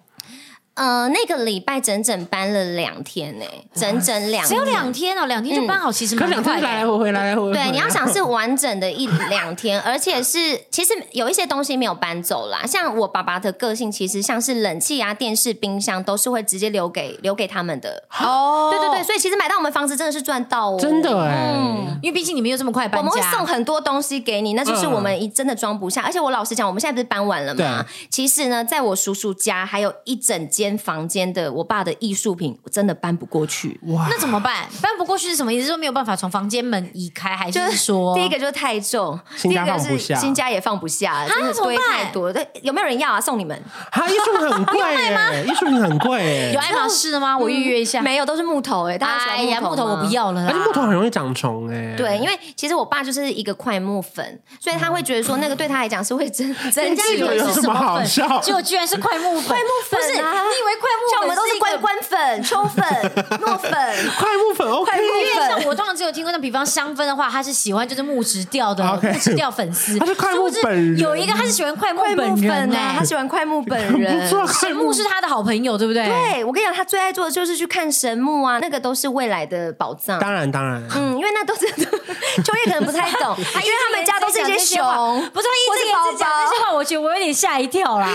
C: 呃，那个礼拜整整搬了两天呢、整整两
B: 只有两天哦，两天就搬好，其实
A: 可
B: 蛮
A: 两
B: 快
A: 天
B: 的
A: 来来回回，来来回回。
C: 对，你要想是完整的一两天，而且是其实有一些东西没有搬走啦，像我爸爸的个性，其实像是冷气啊、电视、冰箱都是会直接留给留给他们的。
D: 哦
C: 对对对，，所以其实买到我们房子真的是赚到哦，
A: 真的哎、
B: 因为毕竟你们又这么快搬
C: 我
B: 家，
C: 们会送很多东西给你，那就是我们一真的装不下。而且我老实讲，我们现在不是搬完了
A: 对
C: 吗
A: 啊？
C: 其实呢，在我叔叔家还有一整间房间的我爸的艺术品，我真的搬不过去。
A: 哇
B: 那怎么办？搬不过去是什么意思？说没有办法从房间门移开，还是说
C: 第一个 *laughs* 就是太重，
A: 新
C: 第
A: 家
C: 二个
A: 放不
C: 是
A: 下
C: 新家也放不下，真的
B: 怎么
C: 堆太
B: 办
C: 多。对，有没有人要啊？送你们？
A: 哈，艺术很贵哎，艺术品很贵
B: 有
A: 哎，
B: 爱马仕的吗？我预约一下。
C: 没有，都是木头哎，大家
B: 哎
C: 喜
B: 呀，
C: 欢
B: 木头
C: 吗
B: 我不。要了啦。
A: 而且木头很容易长虫哎。
C: 对，因为其实我爸就是一个快木粉，所以他会觉得说那个对他来讲是会增增
B: 嗯人家
C: 进
B: 以
A: 这个
C: 的
B: 为
A: 有
B: 是
A: 什
B: 什
A: 么
B: 么
A: 好
B: 粉
A: 笑
B: 结果居然是快木粉，快木
C: 粉
B: 不是？你以
C: 啊
B: 为快木粉
D: 像我们都
B: 是
D: 是
B: 一
D: 关
B: 个
D: 关粉、秋 *laughs* 粉、糯粉，
A: 快木粉 OK，
D: 快木
B: 因为
D: 粉
B: 像我通常只有听过，那比方香氛的话，他是喜欢就是木质调的
A: OK
B: 木质调粉丝，
A: 他是快木本
B: *laughs*
A: 人
B: 殊不知有一个他是喜欢快木
D: 快木
B: 本人
D: 粉啊，
B: 哎
D: 他，喜欢快木本
A: 很
D: 人
A: 不。错，快
B: 神木
A: 木
B: 是他的好朋友，对不对？
C: 啊对，我跟你讲，他最爱做的就是去看神木啊，那个都是未来的宝藏。
A: 当然当然，
C: 嗯，因为那都是 *laughs* 秋叶可能不太
B: *laughs*
C: 懂，因为他们家都是一些熊，
B: 不是他一直
C: 或是
B: 一直讲
C: 宝
B: 这
C: 宝
B: 些话，我觉得我有点吓一跳啦。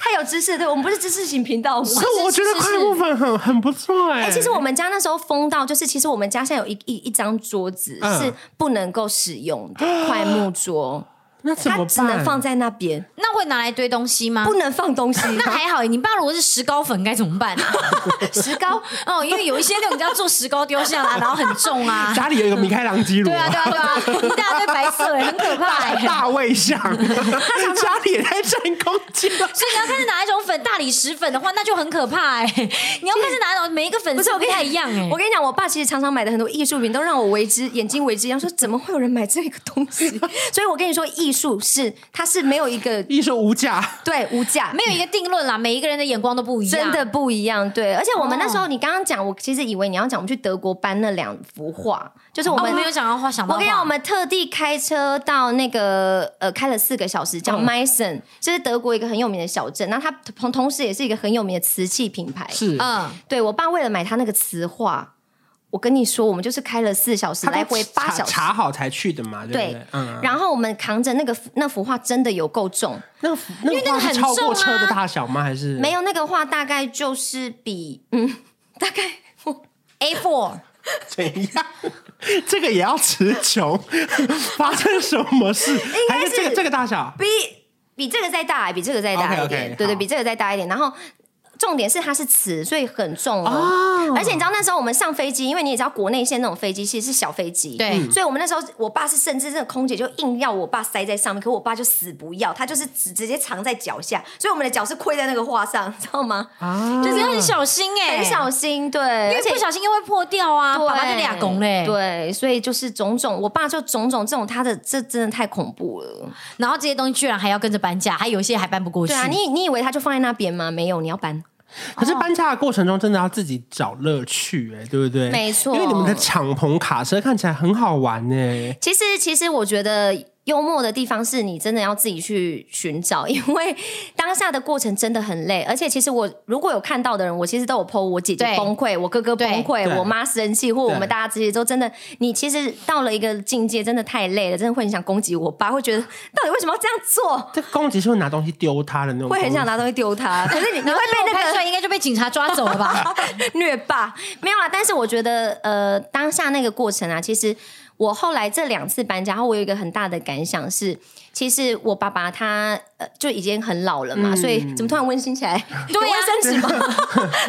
C: 他有知识，对我们不是知识型频道吗？
A: 可我觉得快木粉很很不错哎。
C: 哎、其实我们家那时候疯到，就是其实我们家现在有一一一张桌子
A: 嗯
C: 是不能够使用的快木桌，
A: 那怎么
C: 它
A: 办？
C: 只能放在那边，
B: 那会拿来堆东西吗
C: 不？能放东西。
B: 那还好，欸你爸如果是石膏粉该怎么办啊？石膏哦，因为有一些那种叫做石膏丢下来，然后很重
A: *laughs*
B: 啊。
A: 家里有一个米开朗基罗，
B: 对啊，对啊，对啊，一大堆白色，很可怕
C: 啊
B: 欸。
A: 大卫
C: *laughs*
A: 像，家里也在占空间。
B: 所以你要看是哪一种粉，大理石粉的话，那就很可怕哎、你要看是哪一种，每一个粉
C: 不是
B: 色
C: 我
B: 不
C: 跟你
B: 太一样哎、
C: 我跟你讲，我爸其实常常买的很多艺术品，都让我为之眼睛为之一亮，说怎么会有人买这个东西？所以我跟你说，艺术是它是没有一个
A: 艺术无价，
C: 对无价，
B: 没有一个定论啦，每一个人的眼光都不一样。
C: 真的不一样。对，而且我们那时候你刚刚讲，我其实以为你要讲我们去德国搬那两幅画，就是我
B: 哦，我
C: 们、
B: 们没有想到话，想到
C: 我
B: 话
C: 跟你讲，我们特地开车到那个呃，开了四个小时，叫
A: 嗯
C: Meissen，、这是德国一个很有名的小镇。那它同同时也是一个很有名的瓷器品牌。
A: 是
B: 嗯，
C: 对我爸为了买他那个瓷画，我跟你说，我们就是开了四小时，
A: 他都
C: 来回八
A: 查
C: 小时。
A: 查好才去的嘛，对不
C: 对
A: 对？，嗯，
C: 然后我们扛着那个那幅画，真的有够重，
A: 那个那个
B: 那个
A: 花
B: 很
A: 是超过
B: 重
A: 车
B: 啊
A: 的大小吗？还是
C: 没有那个画大概就是比嗯，大概
B: A four，
A: 怎样？ *laughs* 这个也要持久， *laughs* 发生什么事？还
C: 该是哦
A: 是这个这个大小？
C: 比比这个再大，比这个再大一点
A: OK，OK，
C: 对对，
A: 好
C: 比这个再大一点。然后重点是它是瓷，所以很重哦。而且你知道那时候我们上飞机，因为你也知道国内线那种飞机其实是小飞机，
B: 对嗯
C: 所以我们那时候我爸是甚至那个空姐就硬要我爸塞在上面，可我爸就死不要，他就是直直接藏在脚下，所以我们的脚是跪在那个画上，你知道吗？
A: 啊，
B: 嗯就是要很小心哎、
C: 很，小心，对，而
B: 因
C: 且
B: 为不小心又会破掉啊，
C: 对
B: 爸爸就俩拱嘞。，
C: 对，所以就是种种，我爸就种种这种，他的这真的太恐怖了。
B: 然后这些东西居然还要跟着搬家，还有一些还搬不过去。
C: 对啊，你你以为他就放在那边吗？没有，你要搬。
A: 可是搬家的过程中真的要自己找乐趣，哎，对不对？
C: 没错
A: 因为你们的敞篷卡车看起来很好玩哎呢。
C: 其实，其实我觉得幽默的地方是你真的要自己去寻找，因为当下的过程真的很累。而且，其实我如果有看到的人，我其实都有 PO 我姐姐
B: 对
C: 崩溃，我哥哥崩溃
A: 对，
C: 我妈生气，或我们
A: 对
C: 大家这些都真的，你其实到了一个境界，真的太累了，真的会很想攻击我爸，会觉得到底为什么要这样做，
A: 这个攻击是会拿东西丢他的那种攻
C: 会
A: 击，
C: 很想拿东西丢他。可是你你
B: 然
C: 会
B: 后
C: 被那
B: 被拍
C: 个
B: 出来，应该就被警察抓走
C: *laughs*
B: 了吧？
C: 虐霸没有啦，但是我觉得呃，当下那个过程啊，其实我后来这两次搬家，然后我有一个很大的感想是，其实我爸爸他呃就已经很老了嘛，所以怎么突然温馨起来？
B: 对呀、
C: 生纸吗？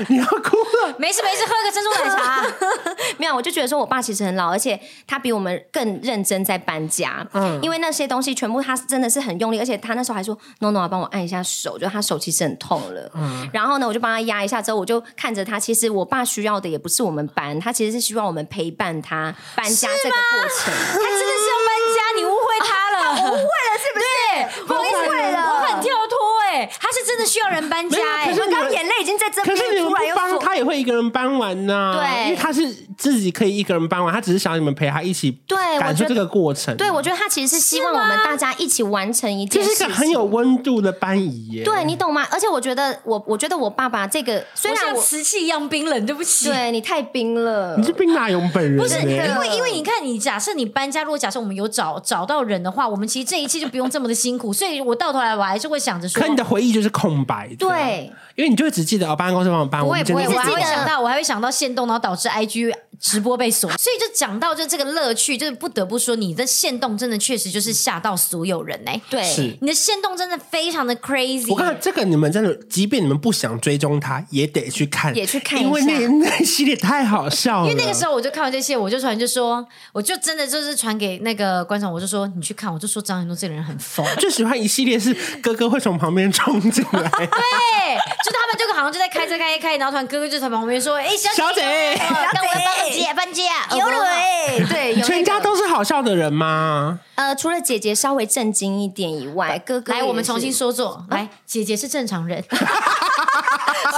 A: 你 *laughs* 要哭了。
B: *laughs* 没事没事，喝个珍珠奶茶。
C: *laughs* 没有，我就觉得说我爸其实很老，而且他比我们更认真在搬家。嗯，因为那些东西全部他真的是很用力，而且他那时候还说 “no no”，帮我按一下手，就他手其实很痛了。嗯，然后呢，我就帮他压一下，之后我就看着他。其实我爸需要的也不是我们搬，他其实是希望我们陪伴他搬家这个过程。
B: 他真的是要搬家，你误会他了，啊我误会了是不是？对，我误会了，我很跳脱哎、他是真的需要人搬家
A: 没有
B: 哎、
A: 可是
B: 我
A: 你们
B: 刚眼泪已经在
A: *laughs*
B: 这
A: 可
B: 边
A: 是你们
B: 突
A: 不
B: 然又
A: 帮
B: 说，
A: 他，他也会一个人搬完呐、
C: 对
A: 因为他是自己可以一个人搬完，他只是想要你们陪他一起
C: 对我
A: 感受
C: 觉得
A: 这个过程。
C: 对，我觉得他其实是希望我们大家一起完成一件
A: 这
C: 事
A: 是一
C: 情，
A: 个很有温度的搬移耶。
C: 对你懂吗？而且我觉得我，我觉得我爸爸这个虽
B: 我
C: 然
B: 像
C: 我
B: 瓷器一样冰冷，对不起。
C: 对你太冰了，
A: 你是兵马俑本人
B: 不是因
A: 耶
B: 为，因为你看，你假设你搬家，如果假设我们有找找到人的话，我们其实这一切就不用这么的辛苦。所以我到头来我还是会想着说
A: 可，你的回忆就是空白的。
C: 对，
A: 因为你就会只记得哦，搬公司帮我搬，
C: 不
A: 我
C: 会
A: 们今天
C: 不
B: 我
C: 我
B: 还
C: 记
B: 会
C: 得
B: 想到，我还会想到限动，然后导致 IG 直播被锁。所以就讲到就这个乐趣，就是不得不说，你的限动真的确实就是吓到所有人哎、
C: 对
A: 是
B: 你的限动真的非常的 crazy。
A: 我看这个你们真的，即便你们不想追踪他，也得去看，
C: 也去看一下
A: 因为那那一系列太好笑了。
B: 因为那个时候我就看完这些，我就传就说，我就真的就是传给那个观众，我就说你去看，我就说张云东这个人很疯，
A: 最喜欢一系列是哥哥会从旁边冲进
C: *laughs*
A: 来，
B: 对，就是他们就好像就在开车开一开，然后突然哥哥就从旁边说，哎、小姐，
A: 小
C: *laughs*
A: 姐，
B: 跟我搬姐搬姐，
D: 有了哎、
A: *laughs*
C: 对，有那
A: 全家
C: 个
A: 都是好笑的人
C: *laughs*
A: 吗？
C: 呃，除了姐姐稍微震惊一点以外，哥哥
B: 来，
C: 也
B: 我们
C: 是
B: 重新说做，来，姐姐是正常人，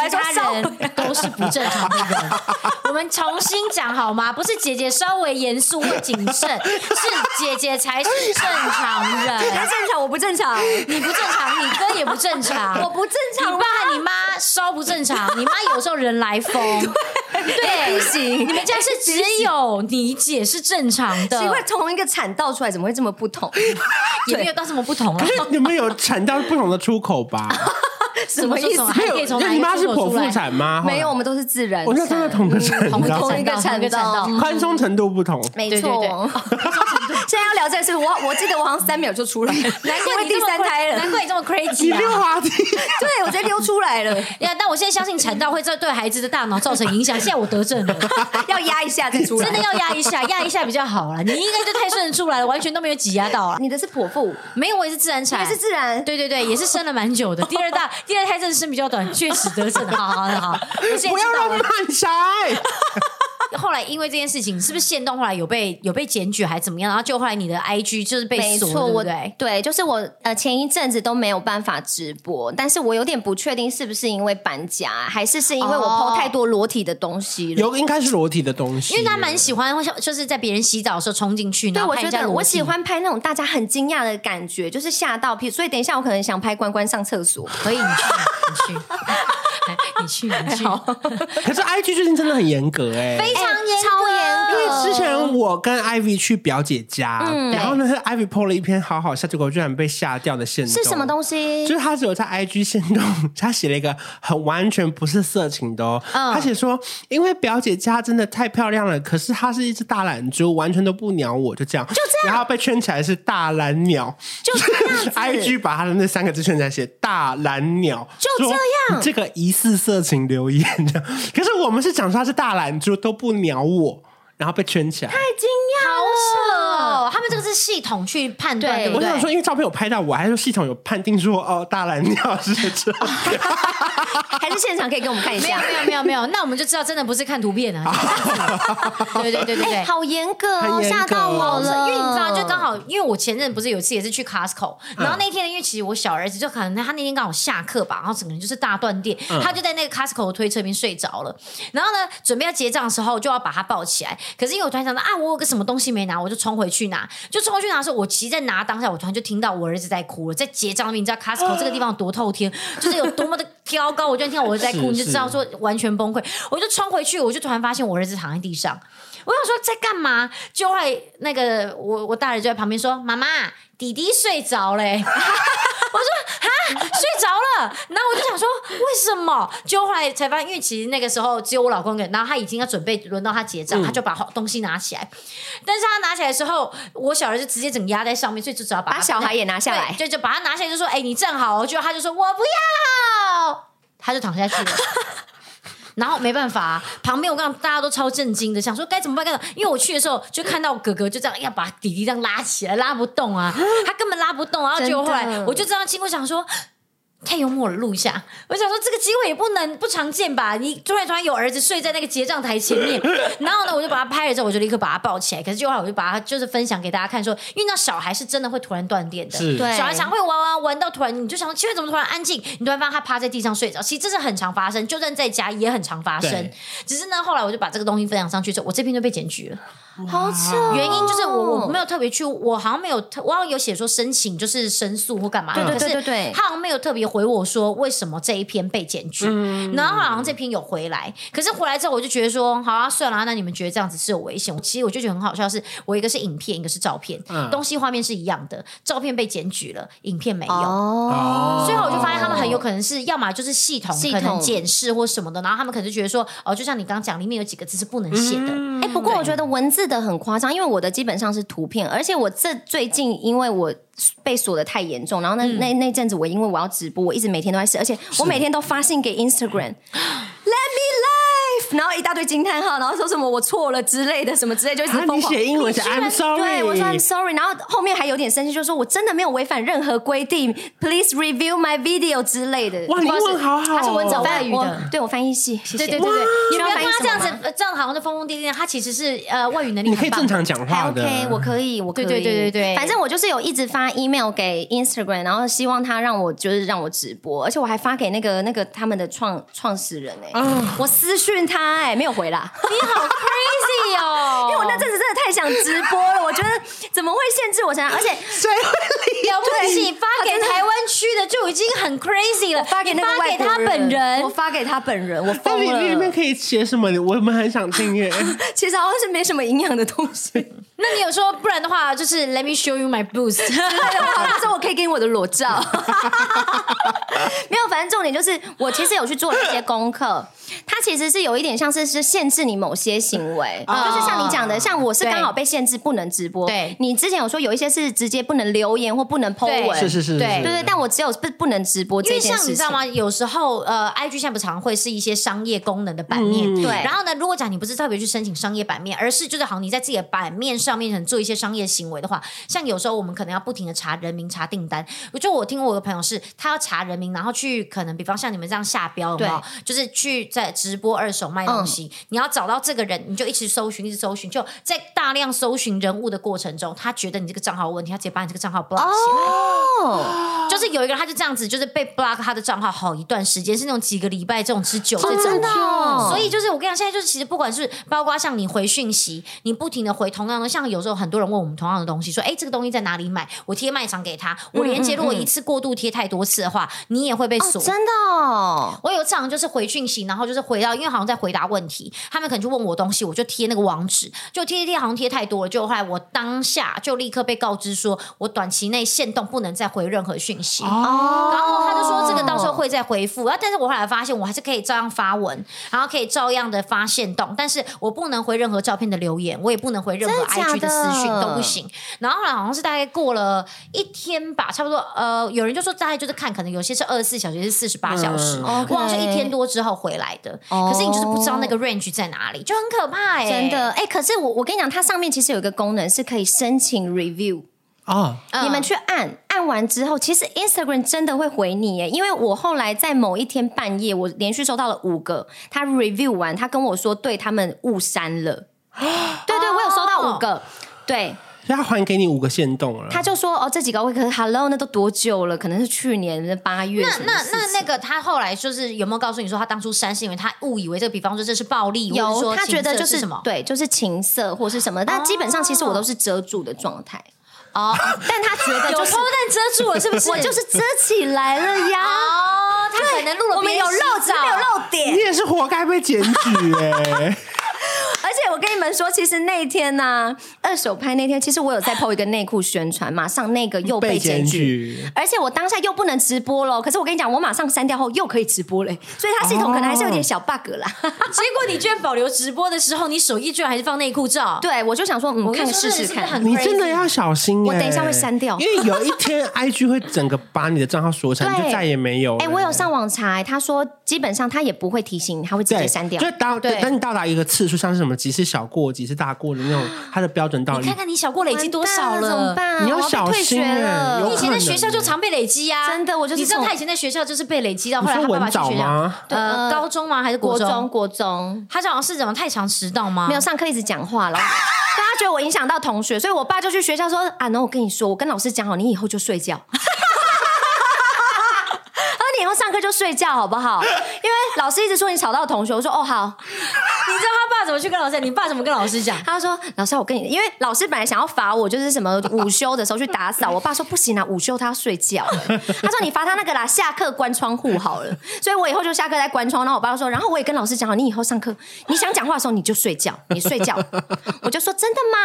B: 其他人都是不正常的人。我们重新讲好吗？不是姐姐稍微严肃或谨慎，是姐姐才是正常人。
D: 他正常，我不正常，
B: 你不正常，你哥也不正常，
D: 我不正
B: 你
D: 常
B: 爸
D: 吗
B: 和你妈稍不正常，你妈有时候人来疯，对，
C: 行
B: 你们家是只有你姐是正常的
D: 奇，怪
C: 同一个产道出来，怎么会这么不
D: *laughs*
C: 同？
B: 也没有到这么不同啊了。
A: 你们有产到不同的出口
C: *laughs*
A: 吧？
B: 什么
C: 么意思
B: 说什么
A: 没
B: 还可
A: 有
B: 以，从
A: 那
B: 哪
A: 你
B: 里
A: 妈是
B: 出口
A: 剖
B: 出来
A: 腹产吗？
C: 没有，我，们都是自然
A: 我那
C: 产，
A: 真的同个产
B: 同
A: 道，
D: 一个
B: 同一个
D: 产
B: 产
D: 道
B: 道，
A: 宽松程度不同。
C: 没
B: 哦对对对
C: 错。
D: 现在要聊这个事，我我记得我好像三秒就出来，
B: 难
D: 难
B: 怪你
D: 第
B: 这么
D: 三胎了
B: 难。怪你这么 crazy
A: 你溜
B: 啊！
A: 滑梯，
D: 对，我直接溜出来
C: *laughs*
D: 了，
B: 呀，但我现在相信产道会这对孩子的大脑造成影响。现在我得证了，
D: 要压一下再出来。
B: 真的要压一下，压一下比较好了。你应该就太顺出来了，完全都没有挤压到啊。
D: 你的是剖腹，
B: 没有，我也是自然产，
D: 还是自然？
B: 对对对，也是生了蛮久的。第二大、第二胎真的生比较短，确实得证。好好好，我现在
A: 不要
B: 知道
A: 让
B: 了。
A: 慢
C: *laughs*
A: 塞。
B: 后来因为这件事情，是不是限动后来有被有被检举还怎么样？然后就后来你的 IG 就是被
C: 没
B: 锁，
C: 错，
B: 对不
C: 我
B: 对？
C: 就是我呃前一阵子都没有办法直播，但是我有点不确定是不是因为搬家，还是是因为我
B: 哦
C: PO 太多裸体的东西了。
A: 有应该是裸体的东西，
B: 因为他蛮喜欢，就是在别人洗澡的时候冲进去，
C: 对，
B: 然后
C: 我
B: 看
C: 觉
B: 人家
C: 得
B: 裸
C: 我
B: 体
C: 喜欢拍那种大家很惊讶的感觉，就是吓到，譬如所以等一下我可能想拍关关上厕所，
B: 可以，你去，你去。哎你去，你去，
A: 可是 IG 最近真的很严格哎、
B: 非常严格
C: 超严
A: 因
C: 格
A: 为之前我跟 Ivy 去表姐家，
C: 嗯
A: 然后呢，Ivy po 了一篇好好笑，结果居然被下掉的线
C: 是什么
A: 西？
C: 东西？
A: 就是他只有在 IG 线动，他写了一个很完全不是色情的哦。他写说，因为表姐家真的太漂亮了，可是她是一只大懒猪，完全都不鸟我，就这样，就这样。然后被圈起来是大蓝鸟，就这 *laughs* 样 IG 把他的那三个字圈起来写大蓝鸟，
C: 就
A: 说
C: 这样
A: 你这个疑似色情留言这样。可是我们是讲说他是大懒猪，都不鸟我，然后被圈起来。
B: 好扯哦！他们这个是系统去判断，
C: 对
B: 对不
A: 我
B: 对
A: 想？说，因为照片有拍到我，还是系统有判定说，哦，大蓝鸟是这样。
C: 还是现场可以给我们看一
B: 没有哎
C: 下？
B: 没有没有没有，那我们就知道真的不是看图片啊。
C: *laughs*
B: 对对对对对。
C: 好严格
A: 很
C: 哦，
A: 严格
C: 吓到我了，
B: 因为你知道，就刚好，因为我前任不是有一次也是去 Costco，然后那天呢，因为其实我小儿子就可能他那天刚好下课吧，然后整个人就是大断电，他就在那个 Costco 的推车里面睡着了。然后呢，准备要结账的时候就要把他抱起来，可是因为我突然想到啊，我有个什么东西没拿，我就冲回去拿，就冲回去拿的时候，我其实在拿当下，我突然就听到我儿子在哭了，在结账那边，你知道 Costco 这个地方有多透天，就是有多么的挑高，我就听到我儿子在哭，
A: 是
B: 你就知道说完全崩溃。我就冲回去，我就突然发现我儿子躺在地上。我想说在干嘛？就后来那个我我大人就在旁边说：“妈妈，弟弟睡着嘞、欸 *laughs* 我说：“啊，睡着了。”然后我就想说为什么？就后来才发现，因为其实那个时候只有我老公给，然后他已经要准备轮到他结账，他就把东西拿起来。但是他拿起来的时候，我小儿子直接整压在上面，所以就只好把
C: 把小孩也拿下来
B: 对，就就把他拿下来，就说：“哎、你站好哦。”就他就说：“我不要。”他就躺下去了。 *laughs* 然后没办法、啊旁边我刚大家都超震惊的，想说该怎么办该怎么办，因为我去的时候就看到哥哥就这样要把弟弟这样拉起来，拉不动啊，他根本拉不动啊。然后
C: 真的
B: 结果后来我就这样经过想说。太幽默了，录一下。我想说这个机会也不能不常见吧？你突然突然有儿子睡在那个结账台
A: *laughs*
B: 前面，然后呢，我就把他拍了之后，我就立刻把他抱起来。可是就后来我就把他就是分享给大家看说，因为那小孩是真的会突然断电的，
A: 是
C: 对
B: 小孩常会玩玩玩到突然，你就想说奇怪怎么突然安静？你突然发现他趴在地上睡着，其实这是很常发生，就算在家也很常发生
A: 对。
B: 只是呢，后来我就把这个东西分享上去之后，我这篇就被检举了。
C: 好扯。
B: 原因就是我我
C: 哦
B: 没有特别去，我好像没有特，我好像有写说申请就是申诉或干嘛，
C: 对对
B: 可是
C: 对对对
B: 他好像没有特别回我说为什么这一篇被检举，
C: 嗯
B: 然后好像这篇有回来，可是回来之后我就觉得说，好啊，算了啊，那你们觉得这样子是有危险？其实我就觉得很好笑是，我一个是影片，一个是照片，
A: 嗯
B: 东西画面是一样的，照片被检举了，影片没有。
C: 哦
B: 所以我就发现他们很有可能是，要么就是系统
C: 系
B: 可能
C: 统
B: 检视或什么的，然后他们可能就觉得说，哦，就像你刚刚讲，里面有几个字是不能写的，
A: 嗯
C: 哎、不过我觉得文字的很夸张，因为我的基本上是图片，而且我这最近因为我被锁的太严重，然后那、那那阵子我因为我要直播，我一直每天都嗯在试，而且我每天都发信给 Instagram，Let me live，然后一大堆惊叹号，然后说什么我错了之类的，什么之类，就一直
A: 啊，
C: 疯
A: 你
C: 狂。
A: 写英文是
C: 居然
A: I'm sorry，
C: *laughs* 对我说 I'm sorry，然后后面还有点生气，就说我真的没有违反任何规定，Please review my video 之类的。
A: 哇，你英文好好哦，
B: 他是文藻外语
C: 我
B: 的。
C: 对我翻译系，谢谢
B: 对对对对，你
C: 需要
B: 不要
C: 翻译
B: 看他这样
C: 什么吗
B: 子，呃这样好像是疯疯癫癫的，他其实是呃外语能力
A: 你
B: 很棒。
A: 可以正常讲
C: 还
A: 话的
C: OK，我可以，我可以，
B: 对对对对对
C: 反正我就是有一直发 email 给 Instagram，然后希望他让我就是让我直播，而且我还发给那个那个他们的创创始人哎、
A: 啊，
C: 我私讯他哎、没有回 *laughs*
D: *laughs*
C: 啦，
B: 你好 crazy 哦，
C: *laughs* 因为我那阵子真的太想直播了，我觉得怎么会限制我想想，而且
A: 谁会理？
B: 了不起，发给台湾区的就已经很 crazy 了，
D: 发给那个
B: 你发
D: 外
B: 给
D: 国
B: 他本
D: 我
B: 人。
D: 发给他本人，我
A: 但
D: 疯
A: 你你里面
D: 了。
A: 可以写什么？我们很想订阅。
C: 其实好像是没什么营养的东西，对
B: 那你有说不然的话，就是 Let me show you my *laughs* boobs。
C: 的话， *laughs* 他说我可以给你我的裸照， *laughs* 没有，反正重点就是我其实有去做了一些功课，它其实是有一点像是是限制你某些行为，就是像你讲的，像我是刚好被限制不能直播，
B: 哦对
C: 你之前有说有一些是直接不能留言或不能 po
B: 对
C: 文，
A: 是是是，
B: 对
A: 是
C: *laughs* 对对，但我只有不不能直播
B: 因
C: 这
B: 为
C: 件
B: 像
C: 事情，
B: 你知道？吗？有时候呃，IG 现在不常会是一些商业功能的版面，
A: 嗯
C: 对
B: 然后呢，如果讲你不是特别去申请商业版面，而是就是好，你在自己的版面上面可能做一些商业行为的话，像有时候我们可能要不停的查人名、查订单。我就我听过我的朋友是，他要查人名，然后去可能比方像你们这样下
C: 嗯
B: 标，有没有？就是去在直播二手卖东西，你要找到这个人，你就一直搜寻，一直搜寻，就在大量搜寻人物的过程中，他觉得你这个账号有问题，他直接把你这个账号 block 起来。
C: 哦，
B: 就是有一个人，他就这样子，就是被 block 他的账号好一段时间，是那种几个礼拜这种持久这种。
C: 哦
B: 所以就是我跟你讲，现在就是其实不管是包括像你回讯息，你不停的回同样的，像有时候很多人问我们同样的东西，说哎这个东西在哪里买，我贴卖场给他，我连接如果一次过度贴太多次的话，你也会被锁。
C: 真的哦，
B: 我有常常就是回讯息，然后就是回到，因为好像在回答问题，他们可能就问我东西，我就贴那个网址，就贴贴贴，好像贴太多了，就后来我当下就立刻被告知说，我短期内限动不能再回任何讯息。
A: 哦，
B: 然后他就说这个到时候会再回复，然啊后但是我后来发现我还是可以照样发文，然后可以照样的发现动，但是我不能回任何照片的留言，我也不能回任何
C: 真的假
B: IG 的私讯
C: 的
B: 都不行。然后后来好像是大概过了一天吧，差不多呃，有人就说大概就是看，可能有些是二十四小时，有些是四十八小时，
C: 嗯，OK
B: 我好像是一天多之后回来的，
C: 哦
B: 可是你就是不知道那个 range 在哪里，就很可怕哎、
C: 真的，哎、可是我我跟你讲，它上面其实有一个功能是可以申请 review。
A: 哦，
B: 嗯
C: 你们去按，按完之后，其实 Instagram 真的会回你耶，因为我后来在某一天半夜，我连续收到了五个，他 review 完，他跟我说对他们误删
B: *gasps*
C: 了，对对，我有收
B: 哦
C: 到五个。对，
A: 所以他还给你五个限动
C: *laughs*
A: 了。
C: 他就说哦，这几个我可是 Hello，那都多久了？可能是去年的八月
B: 那
C: 什么
B: 那
C: 事情。
B: 那那个他后来就是有没有告诉你说他当初删是因为他误以为这个，比方说这是暴力，或者
C: 有，
B: 说
C: 他觉得
B: 情色
C: 就是
B: 什么？
C: 对，就是情色或是什么，但基本上其实我都是遮住的状态。
B: 哦，
C: *laughs* 但他觉得
B: 有
C: 就是
B: 偷蛋遮住了是不是？
C: *laughs* 我就是遮起来了
B: *laughs*
C: 呀，
B: 哦，他可能录了
C: 啊我们有
B: 别人
C: 露
B: 洗
C: 只是没有
B: 澡
C: 露点
A: 你。也是活该被检举
C: *laughs*
A: 哎！
C: 而且我跟你们说，其实那一天呢、二手拍那天，其实我有在 PO 一个内裤宣传，马上那个又被检
A: 检
C: 举。
A: 举，
C: 而且我当下又不能直播喽，可是我跟你讲，我马上删掉后又可以直播嘞，所以它系统可能还是有点小 bug 啦。
B: 结果你居然保留直播的时候，你手艺居然还是放内裤照。
C: *laughs* 对，我就想说，嗯，
B: 跟
C: 看
B: 你说
C: 试试
B: 这个是不是
C: 看。
B: 很
A: 你真的
B: crazy
A: 要小心哎！
C: 我等一下会删掉
A: 因为有一天 IG 会整个把你的账号锁起来，你就再也没有了。
C: 哎、我有上网查、他说基本上他也不会提醒你，他会直
A: 对
C: 接删掉
A: 就。到
B: 对
A: 等你到达一个次数，像是什么几次小过几次大过的那种，
C: *laughs*
A: 它的标准道
B: 你
A: 理
B: 看。看你小过累积多少
C: 完蛋了？怎么
B: 了？
C: 办？哦
A: 你要
C: 我被
A: 小
C: 退
A: 心
C: 学
A: 欸
C: 了
A: 有
B: 你以前在学校就常被累积啊，
C: 真的我就是
B: 你知道
C: 从
B: 他以前在学校就是被累积到后
A: 你
B: 来
A: 说
B: 他爸爸
A: 文
B: 去
A: 藻
B: 学校
A: 吗？，
B: 呃，高中吗？还是
C: 国
B: 国
C: 中
B: 中？
C: 国中
B: 他就好像是怎么太常迟到吗？
C: 没有上课一直讲话了。 *laughs* 大家觉得我影响到同学，所以我爸就去学校说：“啊，那我跟你说，我跟老师讲好，你以后就睡觉。 *laughs* 他说你以后上课就睡觉好不好？因为老师一直说你吵到同学。我说哦好，
B: 你知道他爸怎么去跟老师？你爸怎么跟老
C: *laughs*
B: 师讲？
C: 他说：“老师，我跟你，因为老师本来想要罚我，就是什么午休的时候去打扫。我爸说不行啊，午休他要睡觉。他说你罚他那个啦，下课关窗户好了。所以我以后就下课再关窗。然后我爸说，然后我也跟老师讲好，你以后上课你想讲话的时候你就睡觉，你睡觉。 *laughs* 我就说真的吗？